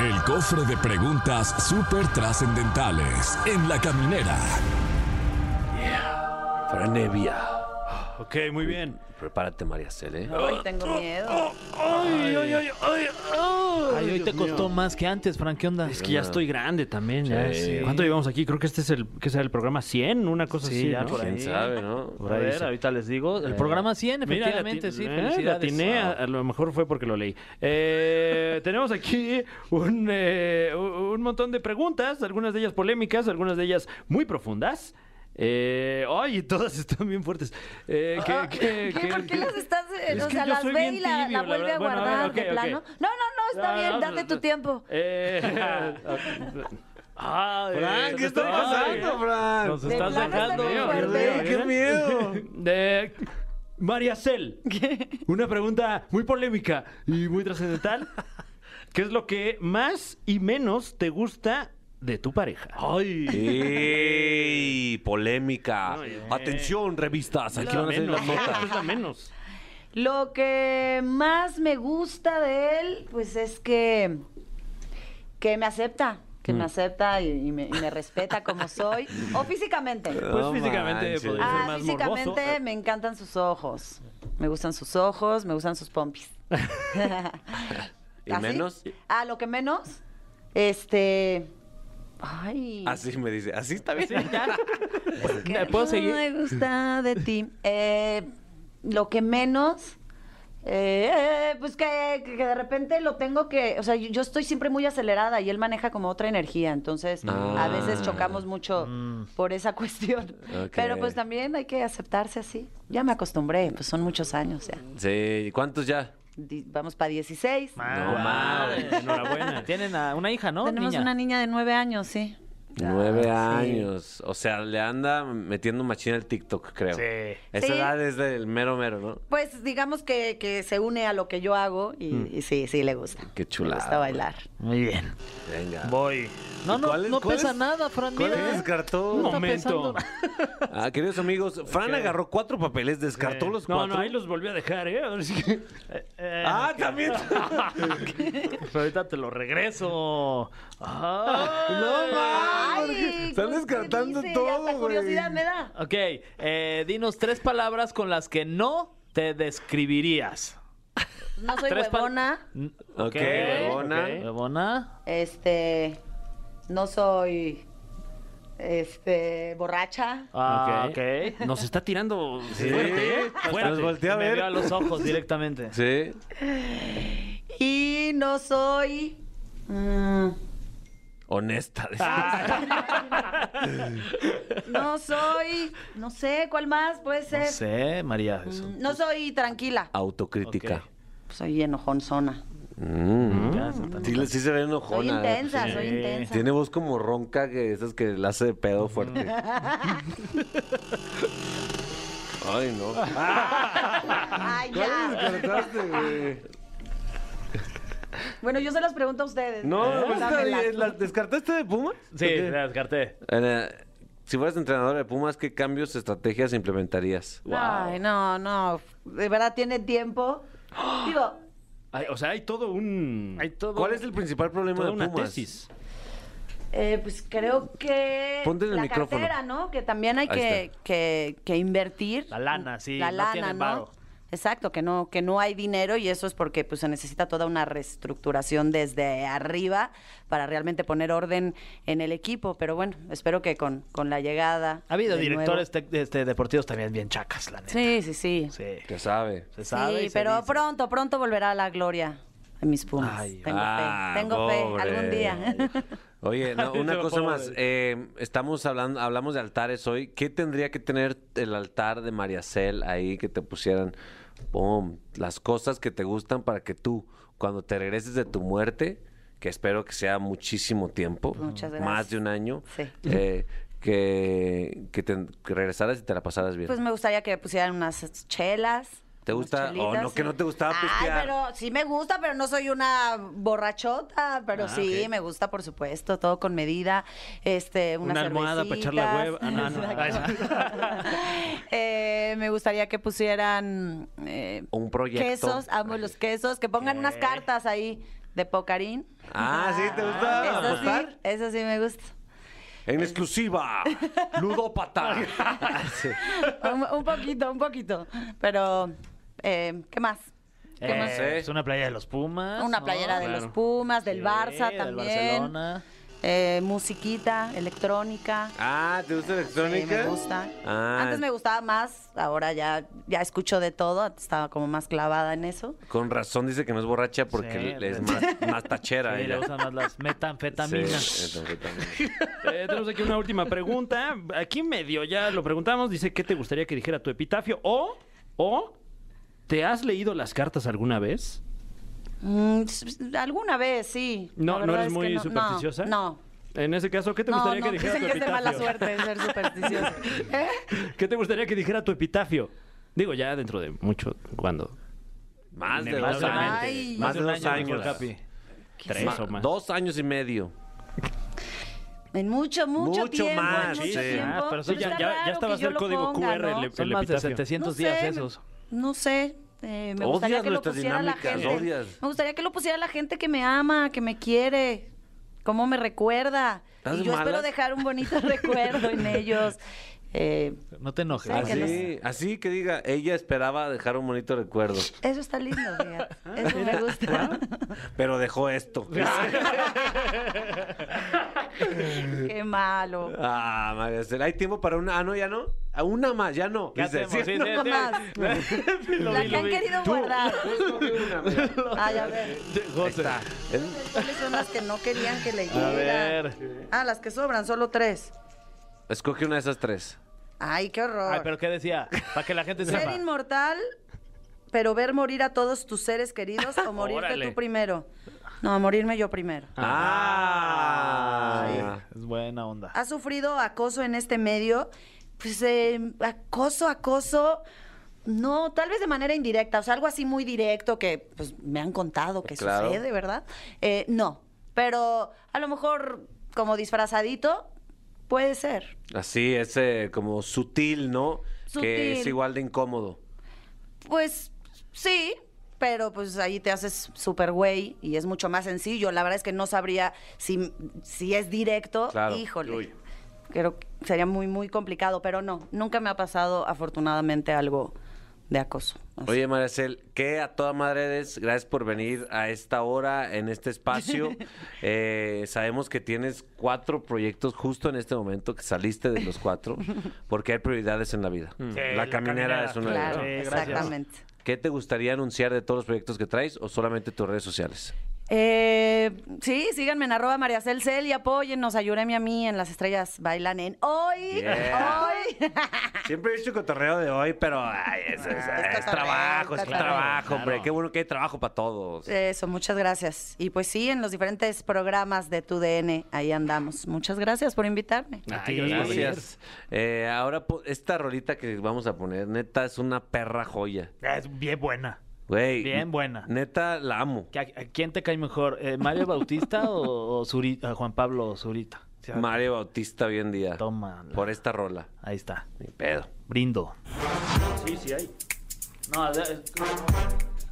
El cofre de preguntas súper trascendentales en la caminera.
Franevia.
ok, muy bien.
Prepárate, María Cel, ¿eh?
Hoy tengo miedo.
Ay, ay, ay, ay, ay.
Ay, Ah. hoy te costó más que antes, Fran, ¿qué onda?
Es que ya estoy grande también. ya,
Sí.
sí. ¿Cuánto llevamos aquí? Creo que este es el, que será el programa 100, una cosa
Sí,
así.
ya
¿no?
por ahí.
¿Quién sabe, no?
A ver, ahorita les digo. El programa 100,
Eh, Mira,
efectivamente,
lati-
sí.
eh,
Felicidades.
latiné, a, a lo mejor fue porque lo leí. Eh, tenemos aquí un, eh, u- un montón de preguntas, algunas de ellas polémicas, algunas de ellas muy profundas. Eh, Ay, todas están bien fuertes. Eh, que-
Ah,
que-
¿qué?
que-
¿Por qué
que-
las estás.? eh,
Es
o
que
sea,
yo
las
soy
ve
bien
y la,
tibio,
la
la
vuelve
verdad.
a
Bueno, a
guardar
ver, ok,
de
ok.
plano. No, no, no, está
No,
bien,
Ah, no,
date
no,
tu
no.
tiempo.
Eh, Ah, ay,
Fran, ¿qué está
ay,
pasando, Fran?
Nos
De
estás
plano está
dejando.
bien
eh, Dios,
fuerte.
Dios,
¡Qué miedo!
De María Cel. Una pregunta muy polémica y muy trascendental. ¿Qué es lo que más y menos te gusta de tu pareja? Ay.
¡Ey! Polémica.
No, ya.
Atención, revistas. Aquí
la
van a salir las
menos,
notas.
es la menos.
Lo que más me gusta de él, pues es que, que me acepta, que
Mm.
me acepta y, y me, y me respeta como soy, o físicamente.
Pues
No
físicamente
manches.
podría ser
Ah,
más
físicamente
morboso. eh.
me encantan sus ojos, me gustan sus ojos, me gustan sus pompis.
¿Y
¿Así?
menos?
Ah, lo que menos, este, ay.
Así me dice. Así está bien.
¿Qué
Pues, ¿Puedo
no
seguir?
me gusta de ti? Eh, lo que menos, eh, pues que, que de repente lo tengo que, o sea, yo, yo estoy siempre muy acelerada y él maneja como otra energía, entonces a veces chocamos mucho
Mm.
por esa cuestión.
Ok.
Pero pues también hay que aceptarse así. Ya me acostumbré, pues son muchos años ya.
Sí. ¿Cuántos ya?
Di- Vamos para 16.
Ah,
No mames.
Enhorabuena.
Tienen a una hija, ¿no?
Tenemos
Niña.
una niña de nueve años, sí.
Nueve
Ah, sí.
años. O sea, le anda metiendo machina al TikTok, creo.
Sí.
Esa
Sí.
edad es del mero mero, ¿no?
Pues digamos que, que se une a lo que yo hago y, y sí, sí le gusta.
Mm. Qué
Le
chulada,
gusta bailar.
Muy bien.
Venga.
Voy. No, no,
¿Cuál es-
no
cuál
pesa
es-
nada, Fran.
¿Cuál
mira. ¿eh?
descartó?
Un
está
momento.
pesando.
Ah, queridos amigos, Fran agarró cuatro papeles, descartó los
No,
cuatro.
no, ahí los volví a dejar, ¿eh? Ahora sí que-
Eh,
Ah, también.
pues ahorita te lo regreso. Ah. Ay.
Ay,
Están
pues, ¿qué
descartando
dice?
todo,
Hasta
güey.
curiosidad me da.
Ok, eh, dinos tres palabras con las que no te describirías.
No soy
Tres pal-
huevona,
ok, huevona.
ok.
Huevona.
este, no soy, este, borracha.
Ah,
Ok.
ok.
Nos está tirando
Sí.
fuerte, ¿eh? Fuerte.
Nos voltea a
Me vio a
ver.
los ojos directamente.
Sí.
Y no soy... mm,
Honesta.
Ah.
no soy, no sé, ¿cuál más puede ser?
No sé, María Jesús.
Mm, No soy tranquila.
Autocrítica.
Soy enojonzona.
Mm.
Ya, se está-
Sí, le- sí se ve enojona. ¿eh?
Soy intensa, soy intensa.
Tiene voz como ronca que esas que la hace de pedo fuerte. Ay, no.
Ay, Ah, ya.
Ah, descartaste, güey?
Bueno, yo se las pregunto a ustedes. Eh,
No, esta-
Dámelas.
Ah, ¿la descartaste de Pumas?
Sí, la descarté.
Eh, si fueras entrenador de Pumas, ¿qué cambios, estrategias implementarías?
Ay, no, no. De verdad tiene tiempo. Digo,
Ay, o sea, hay todo un...
Hay todo.
¿Cuál es el principal problema
toda
de
una
Pumas?
tesis.
eh, pues creo que
Ponte en el
la
micrófono.
cartera, ¿no? Que también hay
Ahí
que,
está.
que- que invertir.
La lana, sí,
La
no
lana,
tienen
¿no?
varo.
Exacto, que no, que no hay dinero y eso es porque pues, se necesita toda una reestructuración desde arriba para realmente poner orden en el equipo. Pero bueno, espero que con, con la llegada.
Ha habido
de nuevo-
directores tec- este, deportivos también bien chacas, la neta.
Sí, sí, sí. Sí,
Sí.
Que sabe.
Se sabe. y se
pero
dice.
pronto, pronto volverá la gloria en mis pumas.
Ay,
tengo
Ah,
fe, tengo fe,
pobre.
algún día.
Oye, no, una
Yo,
cosa
pobre.
más. eh, estamos hablando, hablamos de altares hoy. ¿Qué tendría que tener el altar de María Cel ahí que te pusieran? Pum, las cosas que te gustan para que tú, cuando te regreses de tu muerte, que espero que sea muchísimo tiempo,
Muchas
más
gracias.
de un año,
Sí.
eh, que, que te- que regresaras y te la pasaras bien.
Pues me gustaría que pusieran unas chelas.
¿Te
unas
gusta? Oh,
chelitas,
no, que no te gustaba
Ay,
pistear.
pero sí me gusta, pero no soy una borrachota, pero sí me gusta, por supuesto, todo con medida. Este, unas
Una almohada para echar la hueva.
cervecitas.
Ah, no, no.
Exacto. Eh, me gustaría que pusieran eh,
Un proyecto.
quesos, ah, amo los quesos, que pongan unas cartas ahí de Pocarín.
Ah, sí, ¿te gusta
Eso sí,
apostar?
eso sí me gusta.
En exclusiva, ludópata. Ah, Sí.
Un, un poquito, un poquito. Pero, eh, ¿qué más? ¿Qué
Eh,
más?
pues una playa de los Pumas.
Una
¿no?
playera de los
claro.
Pumas, del
Sí,
Barça
del
también.
Barcelona.
Eh, musiquita, electrónica.
Ah, ¿te gusta electrónica?
Sí, me gusta.
Ah.
Antes me gustaba más, ahora ya, ya escucho de todo, antes estaba como más clavada en eso.
Con razón dice que no es borracha porque
Sí,
le- es
pues.
más, más tachera.
Sí, le
ella.
gustan más las metanfetaminas.
Sí, entonces también.
Eh, tenemos aquí una última pregunta. Aquí medio ya lo preguntamos. Dice, ¿qué te gustaría que dijera tu epitafio? O, o, ¿te has leído las cartas alguna vez?
Mm, s- alguna vez, sí.
No,
La
¿no
verdad
eres
es que
muy
no- no,
supersticiosa?
No.
En ese caso, ¿qué te
No,
gustaría
no,
que dijera
dicen
tu
que es de mala
epitafio?
suerte ser supersticiosa. ¿Eh?
¿Qué te gustaría que dijera tu epitafio? Digo, ya dentro de mucho, ¿cuándo?
Más de dos años.
Inevitablemente.
Ay.
Más de
un
dos
año,
años.
dijo el Capi. Tres
Ma-
o más.
Dos años y medio.
En mucho, mucho,
Mucho
tiempo. en
más,
mucho
sí.
tiempo.
Ah, pero eso
está
ya- ya- ya
raro
estaba
que yo
el
lo
código
ponga,
QR,
¿no?
el-
Son más de
epitafio.
700
No
días
sé,
esos.
No sé. eh, me
Odias
gustaría que lo
nuestras
pusiera la
dinámicas,
gente.
odias.
Me gustaría que lo pusiera la gente que me ama, que me quiere, cómo me recuerda.
¿Estás
Y
de
yo espero
malas?
dejar un bonito recuerdo en ellos. Eh,
No te enojes.
Sí, que los-
Así, así que diga, ella esperaba dejar un bonito recuerdo,
eso está lindo, fíjate.
Ah,
Eso me gusta.
pero dejó esto.
Qué malo.
Ah, María Estela, ¿hay tiempo para una? Ah, no, ya no. Ah, Una más, ya no.
¿Qué
Dice,
hacemos?
sí,
Sí,
no.
sí,
No
sí.
más.
Lo
la
vi,
que
lo
han
vi.
querido guardar.
Escoge una, mira.
Ay, a ver.
José.
Está. Es-
¿Cuáles son las que no querían que leyera?
A ver.
Ah, las que sobran, solo tres.
Escoge una de esas tres.
Ay, qué horror.
Ay, pero ¿qué decía? Para que la gente
Ser
sepa.
inmortal, pero ver morir a todos tus seres queridos o morirte
Órale.
tú primero. No, morirme yo primero.
Ah.
Es buena onda.
¿Has sufrido acoso en este medio? Pues eh, acoso, acoso. No, tal vez de manera indirecta, o sea, algo así muy directo que pues me han contado que
Claro.
sucede, ¿verdad? Eh, no, pero a lo mejor como disfrazadito puede ser.
Así, es eh, como sutil, ¿no? Que es
Sutil.
igual de incómodo.
Pues sí, pero pues ahí te haces súper güey y es mucho más sencillo. La verdad es que no sabría si, si es directo.
Claro.
Híjole. Creo que sería muy, muy complicado, pero no. Nunca me ha pasado, afortunadamente, algo de acoso. Así.
Oye, Maricel, que a toda madre eres. Gracias por venir a esta hora, en este espacio. Eh, sabemos que tienes cuatro proyectos justo en este momento, que saliste de los cuatro, porque hay prioridades en la vida. Mm. la, caminera
la
es
caminera,
una de
claro,
ellas.
gracias.
exactamente.
¿Qué te gustaría anunciar de todos los proyectos que traes o solamente tus redes sociales?
Eh, sí, síganme en arroba mariacelcel y apóyennos a Yuremi a mí en Las Estrellas Bailan en hoy.
Yeah.
Hoy.
Siempre he dicho cotorreo de hoy, pero ay, es, es- es
Ah, cotorreo,
trabajo, es
cotorreo.
trabajo, hombre.
Claro.
Qué bueno que hay trabajo para todos.
Eso, muchas gracias. Y pues sí, en los diferentes programas de tu DN, ahí andamos. Muchas gracias por invitarme.
Ay,
ti,
gracias por venir.
Gracias. Eh, ahora, po- esta rolita que vamos a poner, neta, es una perra joya.
Es bien buena.
Güey.
Bien buena.
Neta, la amo.
¿A, a quién te cae mejor? eh, ¿Mario Bautista o, o Zuri- a Juan Pablo Zurita? O sea,
Mario Bautista hoy en día.
Toma.
Por esta rola.
Ahí está.
Ni pedo.
Brindo.
Sí, sí hay.
No, a ver,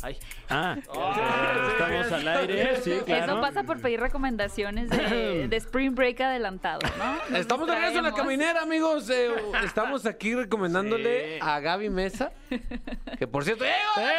Ay.
Ah, estamos al aire. Sí, claro.
Eso pasa por pedir recomendaciones de, de Spring Break adelantado, ¿no? Nos
Estamos de regreso en la
distraemos.
caminera, amigos. Eh, estamos aquí recomendándole a Gaby Mesa. Que por cierto. ¡Eh, güey!
¡Eh!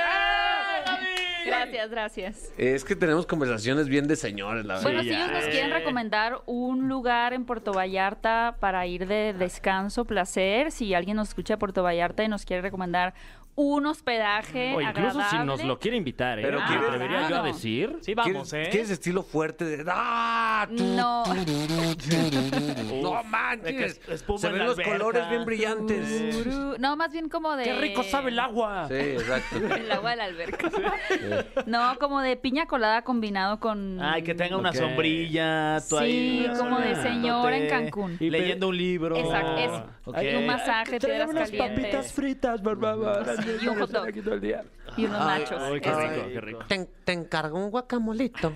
Gracias, gracias.
Es que tenemos conversaciones bien de señores, la verdad.
Bueno, si ellos nos quieren recomendar un lugar en Puerto Vallarta para ir de descanso, placer, si alguien nos escucha de Puerto Vallarta y nos quiere recomendar un hospedaje
O incluso
agradable.
si nos lo quiere invitar, ¿eh?
Pero
Me
¿quieres-
atrevería yo a
Claro.
decir?
Sí, vamos, ¿eh?
¿Quieres, quieres estilo fuerte de... ¡Ah! tú,
No.
tú, tú, tú, tú! ¡No manches!
que espuma
Se
en
ven
la
los
alberca.
colores bien brillantes.
Tururú. No, más bien como de...
¡Qué rico sabe el agua!
Sí, exacto.
El agua de la alberca. No, como de piña colada combinado con...
Ay, que tenga una
Ok.
sombrilla, tú ahí.
Sí, como de
relajándote,
señora en Cancún.
y leyendo un libro.
Exacto, es-
Ok.
y un masaje, piedras calientes.
fritas, por favor.
Y un hot dog. Y unos nachos.
Ay, qué
Exacto.
rico, qué rico.
Te, te encargo un guacamolito.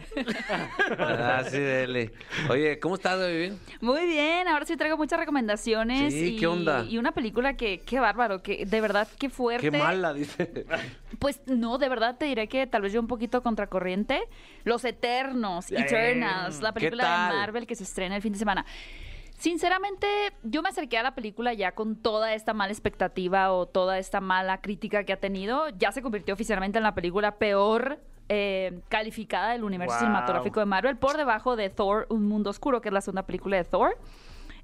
Ah, sí, dele. Oye, ¿cómo estás, David? ¿Bien?
Muy bien, ahora sí traigo muchas recomendaciones.
Sí,
y,
¿qué onda?
Y una película que, qué bárbaro, que de verdad, qué fuerte.
Qué mala, dice.
Pues no, de verdad te diré que tal vez yo un poquito contracorriente. Los Eternos, Eternals, la película
tal?
de Marvel que se estrena el fin de semana. Sinceramente, yo me acerqué a la película ya con toda esta mala expectativa o toda esta mala crítica que ha tenido. Ya se convirtió oficialmente en la película peor eh, calificada del universo
Wow.
cinematográfico de Marvel, por debajo de Thor, Un Mundo Oscuro, que es la segunda película de Thor.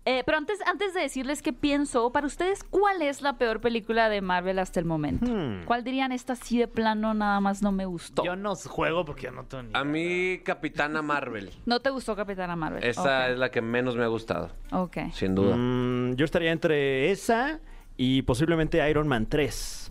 Eh, pero antes, antes de decirles qué pienso, para ustedes, ¿cuál es la peor película de Marvel hasta el momento?
Hmm.
¿Cuál dirían esta sí de plano nada más no me gustó?
Yo no juego porque yo no tengo ni...
A mí, Capitana Marvel.
No te gustó Capitana Marvel.
Esa es la que menos me ha gustado,
Ok. Ok.
sin duda.
Mm, yo estaría entre esa y posiblemente Iron Man 3.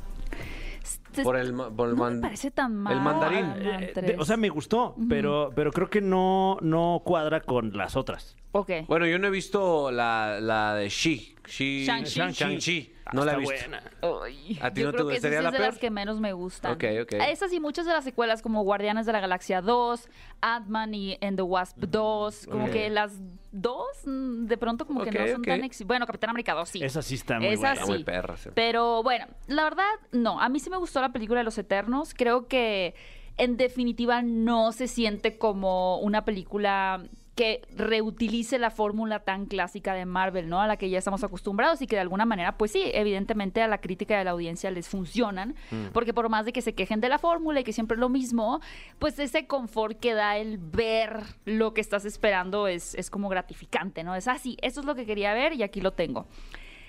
Por e-, el, ma- por el
No me
man-
parece tan mal.
el mandarín.
Iron Man
Eh, de-
3.
o sea, me gustó, pero, pero creo que no, no cuadra con las otras.
Ok.
Bueno, yo no he visto la, la de She. She-
Shang-Chi.
Shang-Chi. No la he
Ah, Está
visto.
buena.
Ay,
¿A ti
yo
no te
creo que esa sí
gustaría
es
la
de
peor?
las que menos me gustan.
Ok, ok.
Esas y muchas de las secuelas como Guardianes de la Galaxia 2, Ant-Man y And the Wasp 2, como
Ok.
que las dos mm, de pronto como que
Ok,
no son
ok.
tan... ex- Bueno, Capitán América 2 sí.
Esa sí está muy
Esa
buena.
sí.
Está muy perra. sí.
Pero bueno, la verdad, no. A mí sí me gustó la película de Los Eternos. Creo que en definitiva no se siente como una película que reutilice la fórmula tan clásica de Marvel, ¿no? A la que ya estamos acostumbrados y que de alguna manera, pues sí, evidentemente a la crítica de la audiencia les funcionan, porque por más de que se quejen de la fórmula y que siempre es lo mismo, pues ese confort que da el ver lo que estás esperando es, es como gratificante, ¿no? Es así, eso es lo que quería ver y aquí lo tengo.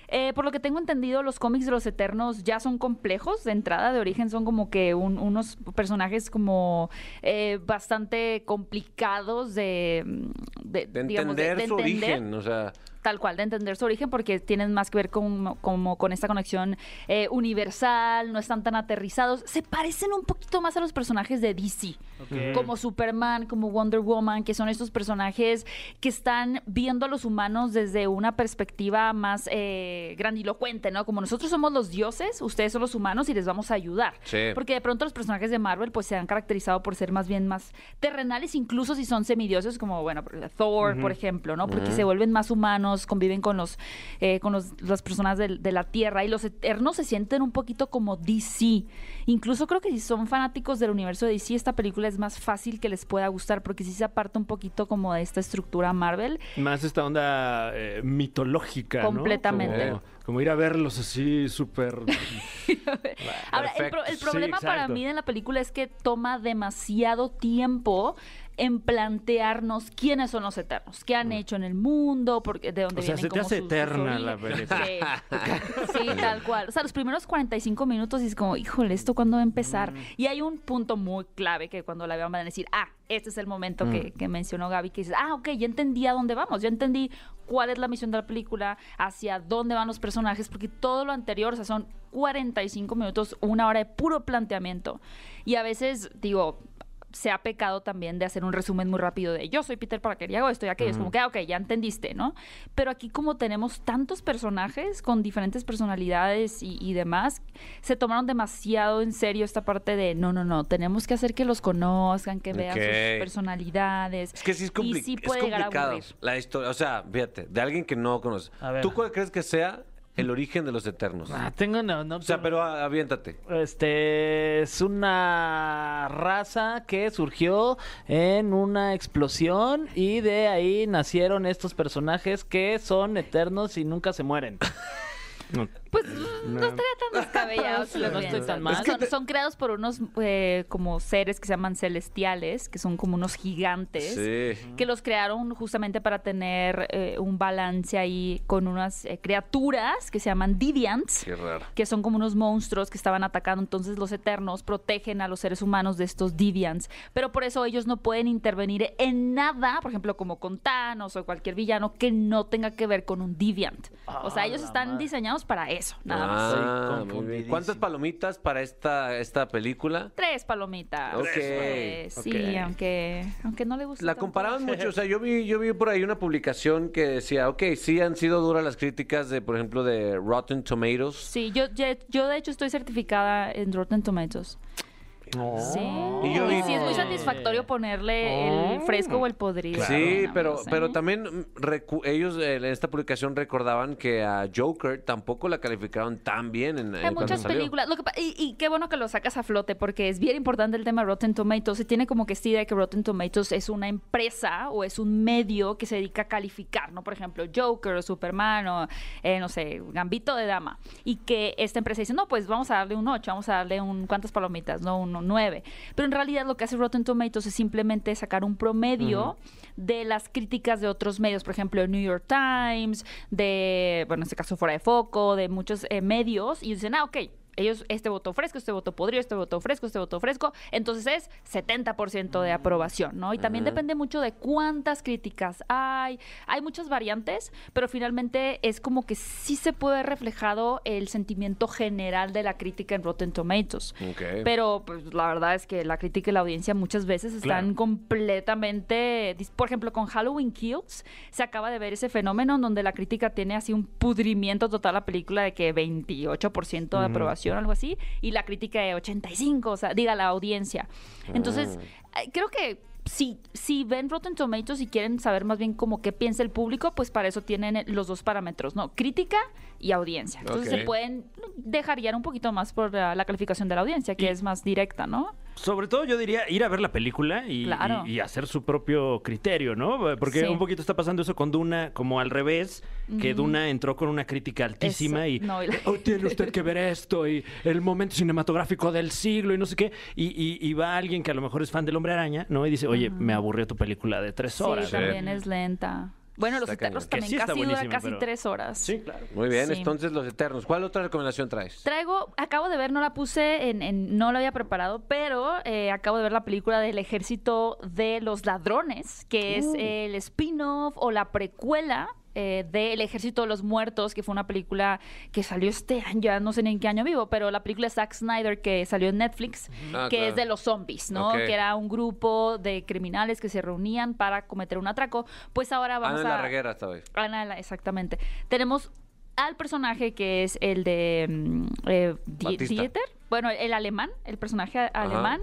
Eh, por lo que tengo entendido, los cómics de los Eternos ya son complejos de entrada, de origen son como que un- unos personajes como eh, bastante complicados de, de,
De
digamos, de-
entender
de
su
entender.
origen, o sea,
Tal cual, de entender su origen, porque tienen más que ver con, como con esta conexión eh, universal, no están tan aterrizados. Se parecen un poquito más a los personajes de DC, como Superman, como Wonder Woman, que son estos personajes que están viendo a los humanos desde una perspectiva más eh, grandilocuente, ¿no? Como nosotros somos los dioses, ustedes son los humanos y les vamos a ayudar.
Sí.
Porque de pronto los personajes de Marvel pues se han caracterizado por ser más bien más terrenales, incluso si son semidioses, como bueno, Thor, por ejemplo, ¿no? Porque se vuelven más humanos, conviven con los eh, con los- las personas del- de, la Tierra y los Eternos se sienten un poquito como DC. Incluso creo que si son fanáticos del universo de DC, esta película es más fácil que les pueda gustar porque sí se aparta un poquito como de esta estructura Marvel.
Más esta onda eh, mitológica, ¿no?
Completamente.
Como, como ir a verlos así súper...
Ahora, el,
Perfecto.
pro- el
Sí,
problema para
exacto.
mí de la película es que toma demasiado tiempo en plantearnos quiénes son los eternos, qué
Mm.
han hecho en el mundo, porque de dónde
O sea,
vienen
se te
como
hace
sus- sus
eterna la
orígenes.
película.
Sí. Sí, tal cual. O sea, los primeros 45 minutos y es como, híjole, ¿esto cuándo va a empezar?
Mm.
Y hay un punto muy clave que cuando la vean van a decir, ah, este es el momento que,
Mm.
que mencionó Gaby, que dices, ah, ok, ya entendí a dónde vamos, ya entendí cuál es la misión de la película, hacia dónde van los personajes, porque todo lo anterior, o sea, son 45 minutos, una hora de puro planteamiento. Y a veces, digo, se ha pecado también de hacer un resumen muy rápido de yo soy Peter Parker y hago esto y aquello. Es como que, ah, ok, ya entendiste, ¿no? Pero aquí como tenemos tantos personajes con diferentes personalidades y, y demás, se tomaron demasiado en serio esta parte de no, no, no, tenemos que hacer que los conozcan, que vean
Ok.
sus personalidades.
es que sí es, compli-
Y sí
es
puede llegar a
complicado
aburrir.
la historia. O sea, fíjate, de alguien que no conoce.
A ver.
¿Tú cuál crees que sea el origen de los Eternos?
Ah, tengo no, no,
o sea, pero a- aviéntate.
Este es una raza que surgió en una explosión y de ahí nacieron estos personajes que son eternos y nunca se mueren.
Pues no, estaría tan descabellado. si lo
No estoy
piensas.
tan mal.
Son, son creados por unos eh, como seres que se llaman celestiales, que son como unos gigantes, que los crearon justamente para tener eh, un balance ahí con unas eh, criaturas que se llaman Deviants
Qué raro.
que son como unos monstruos que estaban atacando. Entonces los eternos protegen a los seres humanos de estos deviants. Pero por eso ellos no pueden intervenir en nada, por ejemplo, como con Thanos o cualquier villano que no tenga que ver con un deviant. o sea,
Ah,
ellos
la
están
madre.
diseñados para eso, nada más.
Ah,
Estoy
muy bien.
confundidísimo.
¿Cuántas palomitas para esta, esta película?
Tres palomitas.
Ok,
Eh, sí,
ok.
aunque aunque no le gusta.
La comparaban mucho, o sea, yo vi, yo vi por ahí una publicación que decía, ok, sí han sido duras las críticas de, por ejemplo, de Rotten Tomatoes.
Sí, yo, yo, yo de hecho estoy certificada en Rotten Tomatoes. Sí.
Y
Y,
yo vi-
sí es muy satisfactorio ponerle el fresco o el podrido.
Sí,
nada
pero,
más, ¿eh?
pero también mm, recu- ellos eh, en esta publicación recordaban que a Joker tampoco la calificaron tan bien en, en
Hay
cuando
muchas
salió.
películas. Lo que pa- y, y qué bueno que lo sacas a flote, porque es bien importante el tema de Rotten Tomatoes. Se tiene como que esta idea de que Rotten Tomatoes es una empresa o es un medio que se dedica a calificar, ¿no? Por ejemplo, Joker o Superman o, eh, no sé, Gambito de Dama. Y que esta empresa dice, no, pues vamos a darle un 8, vamos a darle un, ¿cuántas palomitas? No, un 9. Pero en realidad lo que hace Rotten Tomatoes es simplemente sacar un promedio de las críticas de otros medios, por ejemplo, el New York Times, de, bueno, en este caso Fuera de Foco, de muchos eh, medios, y dicen, ah, ok, ellos, este voto fresco, este voto podrido, este voto fresco, este voto fresco, entonces es 70% de aprobación, ¿no? Y también depende mucho de cuántas críticas hay, hay muchas variantes, pero finalmente es como que sí se puede ver reflejado el sentimiento general de la crítica en Rotten Tomatoes. Pero pues la verdad es que la crítica y la audiencia muchas veces están completamente, dis- por ejemplo, con Halloween Kills se acaba de ver ese fenómeno en donde la crítica tiene así un pudrimiento total a la película de que 28% de aprobación algo así y la crítica de 85, o sea, diga la audiencia. Entonces, eh, creo que si, si ven Rotten Tomatoes y quieren saber más bien como qué piensa el público, pues para eso tienen los dos parámetros, ¿no? Crítica y audiencia. Entonces
Ok.
se pueden dejar guiar un poquito más por la, la calificación de la audiencia, que es más directa, ¿no?
Sobre todo yo diría ir a ver la película y,
Claro.
y- y hacer su propio criterio, ¿no? Porque
Sí.
un poquito está pasando eso con Duna, como al revés, que Duna entró con una crítica altísima
Eso.
y...
No, y la-
"Oh, tiene usted que ver esto y el momento cinematográfico del siglo y no sé qué. Y, y- y va alguien que a lo mejor es fan del hombre araña, ¿no? Y dice, oye, me aburrió tu película de tres
Sí,
horas.
también es lenta. Bueno, los
Está
eternos
cañón. Que
también
sí ¿eh? está
casi dura
buenísima,
casi
pero-
tres horas.
Sí, claro.
Muy bien,
Sí.
entonces Los Eternos. ¿Cuál otra recomendación traes?
Traigo, acabo de ver, no la puse, en, en- no la había preparado, pero eh, acabo de ver la película del Ejército de los Ladrones, que es el spin-off o la precuela. eh, de El Ejército de los Muertos, que fue una película que salió este año, ya no sé ni en qué año vivo, pero la película de Zack Snyder que salió en Netflix,
Ah,
que
claro.
es de los zombies, ¿no?
Ok.
Que era un grupo de criminales que se reunían para cometer un atraco. Pues ahora
Ah,
Ana
vamos
en Ah, la
a...
reguera esta vez.
Ana, la- exactamente. Tenemos al personaje que es el de mm, eh, Die-
Batista.
Dieter, bueno, el alemán, el personaje a- alemán.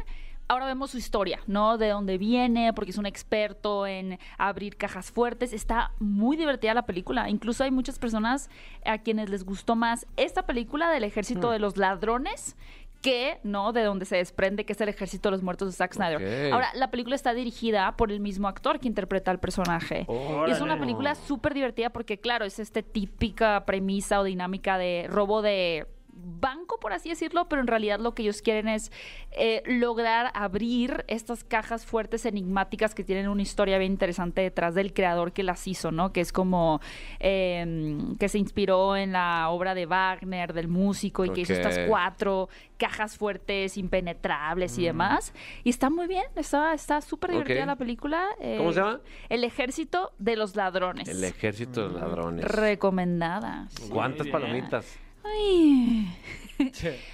Ahora vemos su historia, ¿no? De dónde viene, porque es un experto en abrir cajas fuertes. Está muy divertida la película. Incluso hay muchas personas a quienes les gustó más esta película del Ejército de los Ladrones que, ¿no? De donde se desprende que es el Ejército de los Muertos de Zack Snyder.
Ok.
Ahora, la película está dirigida por el mismo actor que interpreta al personaje.
Oh.
Y es una película súper divertida porque, claro, es esta típica premisa o dinámica de robo de banco, por así decirlo, pero en realidad lo que ellos quieren es eh, lograr abrir estas cajas fuertes enigmáticas que tienen una historia bien interesante detrás del creador que las hizo, ¿no? Que es como eh, que se inspiró en la obra de Wagner, del músico, y que hizo estas
Ok. Mm.
cuatro cajas fuertes impenetrables y demás. Y está muy bien, está está súper divertida
Ok.
la película. eh,
¿Cómo se llama?
el ejército de los ladrones.
El Ejército de los Ladrones.
Recomendada.
¿Cuántas palomitas?
Ay.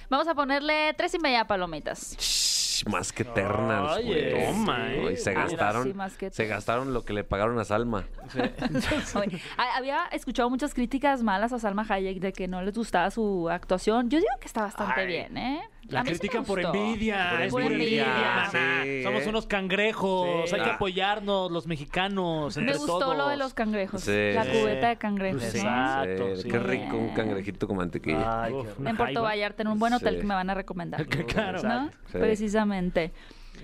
Vamos a ponerle tres y media palomitas.
Shh, Más que ternas,
Oye,
güey.
toma, ¿eh?
Uy, se
Ahora
gastaron,
Ah, sí, más que
se
ternas.
gastaron lo que le pagaron a Salma.
Oye, ha- Había escuchado muchas críticas malas a Salma Hayek de que no les gustaba su actuación. Yo digo que está bastante
Ay.
bien, ¿eh?
La
A mí sí me
critican por
gustó.
envidia,
Por
es por envidia,
envidia,
maná.
sí,
Somos
¿eh?
unos cangrejos,
Sí.
hay que
Ah.
apoyarnos los mexicanos.
Me
entre
gustó
todos. Pues
lo de los cangrejos.
Sí.
La
Sí.
cubeta de cangrejos. ¿eh?
Sí.
¿no?
Ah,
Exacto,
Sí,
sí.
Qué rico
Ah.
un cangrejito con mantequilla.
Ay, qué
Uf,
rico.
En Puerto Vallarta, en un buen hotel
Sí.
que me van a recomendar.
Claro.
¿No?
Sí.
Precisamente.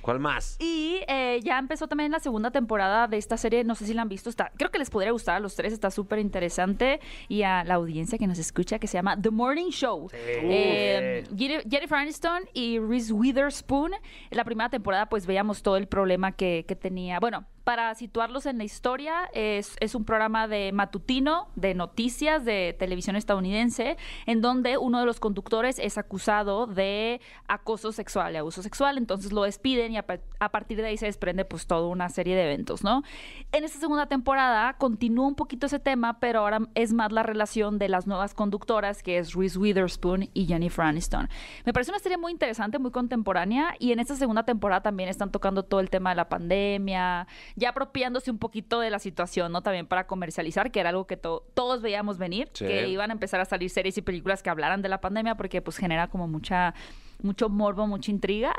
¿Cuál más?
Y eh, ya empezó también la segunda temporada de esta serie. No sé si la han visto. Está, creo que les podría gustar a los tres. Está súper interesante. Y a la audiencia que nos escucha, que se llama The Morning Show. Eh, Jere- Jennifer Aniston y Reese Witherspoon. En la primera temporada, pues veíamos todo el problema que, que tenía. Bueno. Para situarlos en la historia, es, es un programa de matutino, de noticias, de televisión estadounidense, en donde uno de los conductores es acusado de acoso sexual y abuso sexual, entonces lo despiden y a, par- a partir de ahí se desprende pues toda una serie de eventos, ¿no? En esta segunda temporada continúa un poquito ese tema, pero ahora es más la relación de las nuevas conductoras, que es Reese Witherspoon y Jennifer Aniston. Me parece una serie muy interesante, muy contemporánea, y en esta segunda temporada también están tocando todo el tema de la pandemia, ya apropiándose un poquito de la situación, ¿no? También para comercializar, que era algo que to- todos veíamos venir,
Sí.
que iban a empezar a salir series y películas que hablaran de la pandemia, porque pues genera como mucha, mucho morbo, mucha intriga.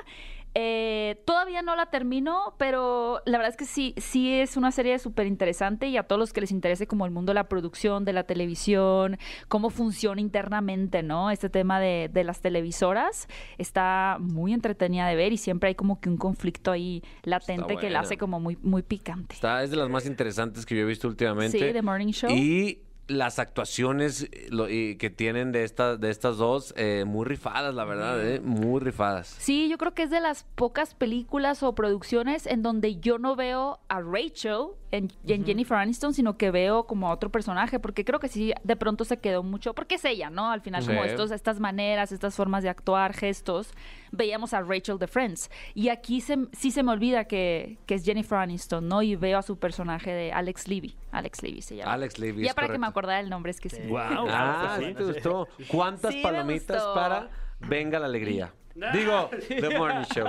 Eh, todavía no la termino, pero la verdad es que sí, sí es una serie súper interesante y a todos los que les interese como el mundo de la producción, de la televisión, cómo funciona internamente, ¿no? Este tema de, de las televisoras está muy entretenida de ver y siempre hay como que un conflicto ahí latente que
buena.
la hace como muy, muy picante.
Está, es de las más interesantes que yo he visto últimamente.
Sí, The Morning Show.
Y las actuaciones eh, lo- y que tienen de, estas de estas dos, eh, muy rifadas, la
Mm.
verdad, eh, muy rifadas.
Sí, yo creo que es de las pocas películas o producciones en donde yo no veo a Rachel en, y en Jennifer Aniston, sino que veo como a otro personaje, porque creo que sí, de pronto se quedó mucho, porque es ella, ¿no? Al final, como
Sí.
estos, estas maneras, estas formas de actuar, gestos, veíamos a Rachel de Friends. Y aquí se- sí se me olvida que, que es Jennifer Aniston, ¿no? Y veo a su personaje de Alex Levy. Alex Levy se llama.
Alex Levy.
ya
es
para que me
correcto.
acordara el nombre, es que sí.
Guau.
Ah,
pues
¿sí
sí.
te gustó. ¿Cuántas
Sí, me
palomitas
gustó.
para Venga la Alegría? Digo, The Morning Show.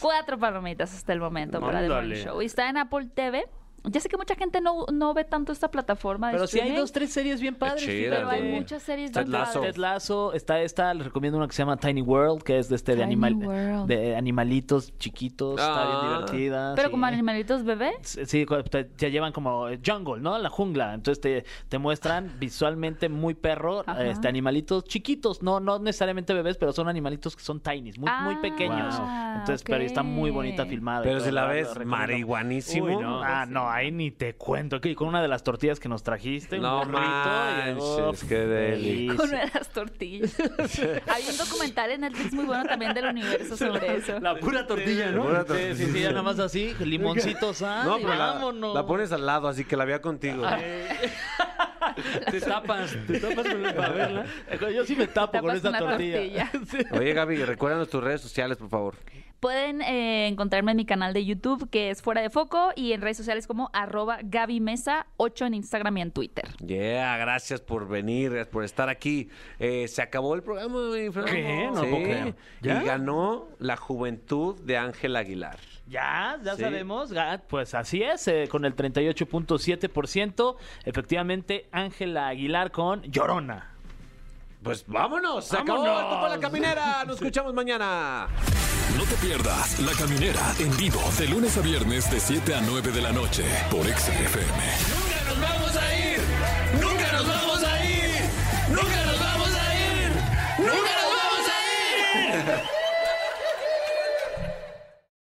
Cuatro palomitas hasta el momento para The Morning
Ándale.
Show. Y está en Apple TV. Ya sé que mucha gente no, no ve tanto esta plataforma de
Pero sí hay
streaming,
dos, tres series bien padres.
chida,
fíjate.
pero hay
güey.
muchas series
Ted
bien
Lasso.
padres.
Ted Lasso, está esta, les recomiendo una que se llama Tiny World, que es de este de
Tiny
animal
World.
de animalitos chiquitos, está bien
Ah.
divertida.
Pero
sí.
como animalitos bebé.
Sí, cu- te, te llevan como eh, jungle, ¿no? La jungla. Entonces te, te muestran visualmente muy perro,
Ajá.
este animalitos chiquitos, no no necesariamente bebés, pero son animalitos que son tinies, muy, muy
Ah,
pequeños.
Wow.
Entonces, pero está muy bonita
ok.
filmada. y
Pero
todo,
si la
verdad,
ves
lo recomiendo.
marihuanísimo.
Uy, no.
Ah, no, ahí ni te cuento. que Con una de las tortillas que nos trajiste,
No
un burrito. y-
manches,
uf,
qué deli.
delicia.
Con las tortillas. Hay un documental en Netflix muy bueno también del universo sobre eso.
La pura tortilla, ¿no?
Pura
Sí, sí, sí, ya nada más así, limoncito sal,
No,
y
pero la,
vámonos.
la pones al lado, así que la vea contigo.
Ah. Te tapas, te tapas con la- para verla.
Yo sí me tapo
Tapas
con esta
una
tortilla.
Oye, Gaby, recuérdanos tus redes sociales, por favor.
Pueden eh, encontrarme en mi canal de YouTube, que es Fuera de Foco, y en redes sociales como arroba Gaby Mesa 8 en Instagram y en Twitter.
Yeah, gracias por venir, gracias por estar aquí. Eh, se acabó el programa, mi Fran.
¿Qué? No lo
Sí,
puedo creer. ¿Ya?
Y ganó la juventud de Ángel Aguilar.
Ya, ya
Sí.
sabemos. ga- Pues así es, eh, con el 38.7%. Efectivamente, Ángela Aguilar con Llorona.
Pues vámonos, se acabó.
¡Vámonos!
Esto fue la caminera. Nos escuchamos mañana.
No te pierdas La Caminera en vivo de lunes a viernes de 7 a 9 de la noche por XFM.
Nunca nos vamos a ir. Nunca nos vamos a ir. Nunca nos vamos a ir. Nunca nos vamos a ir.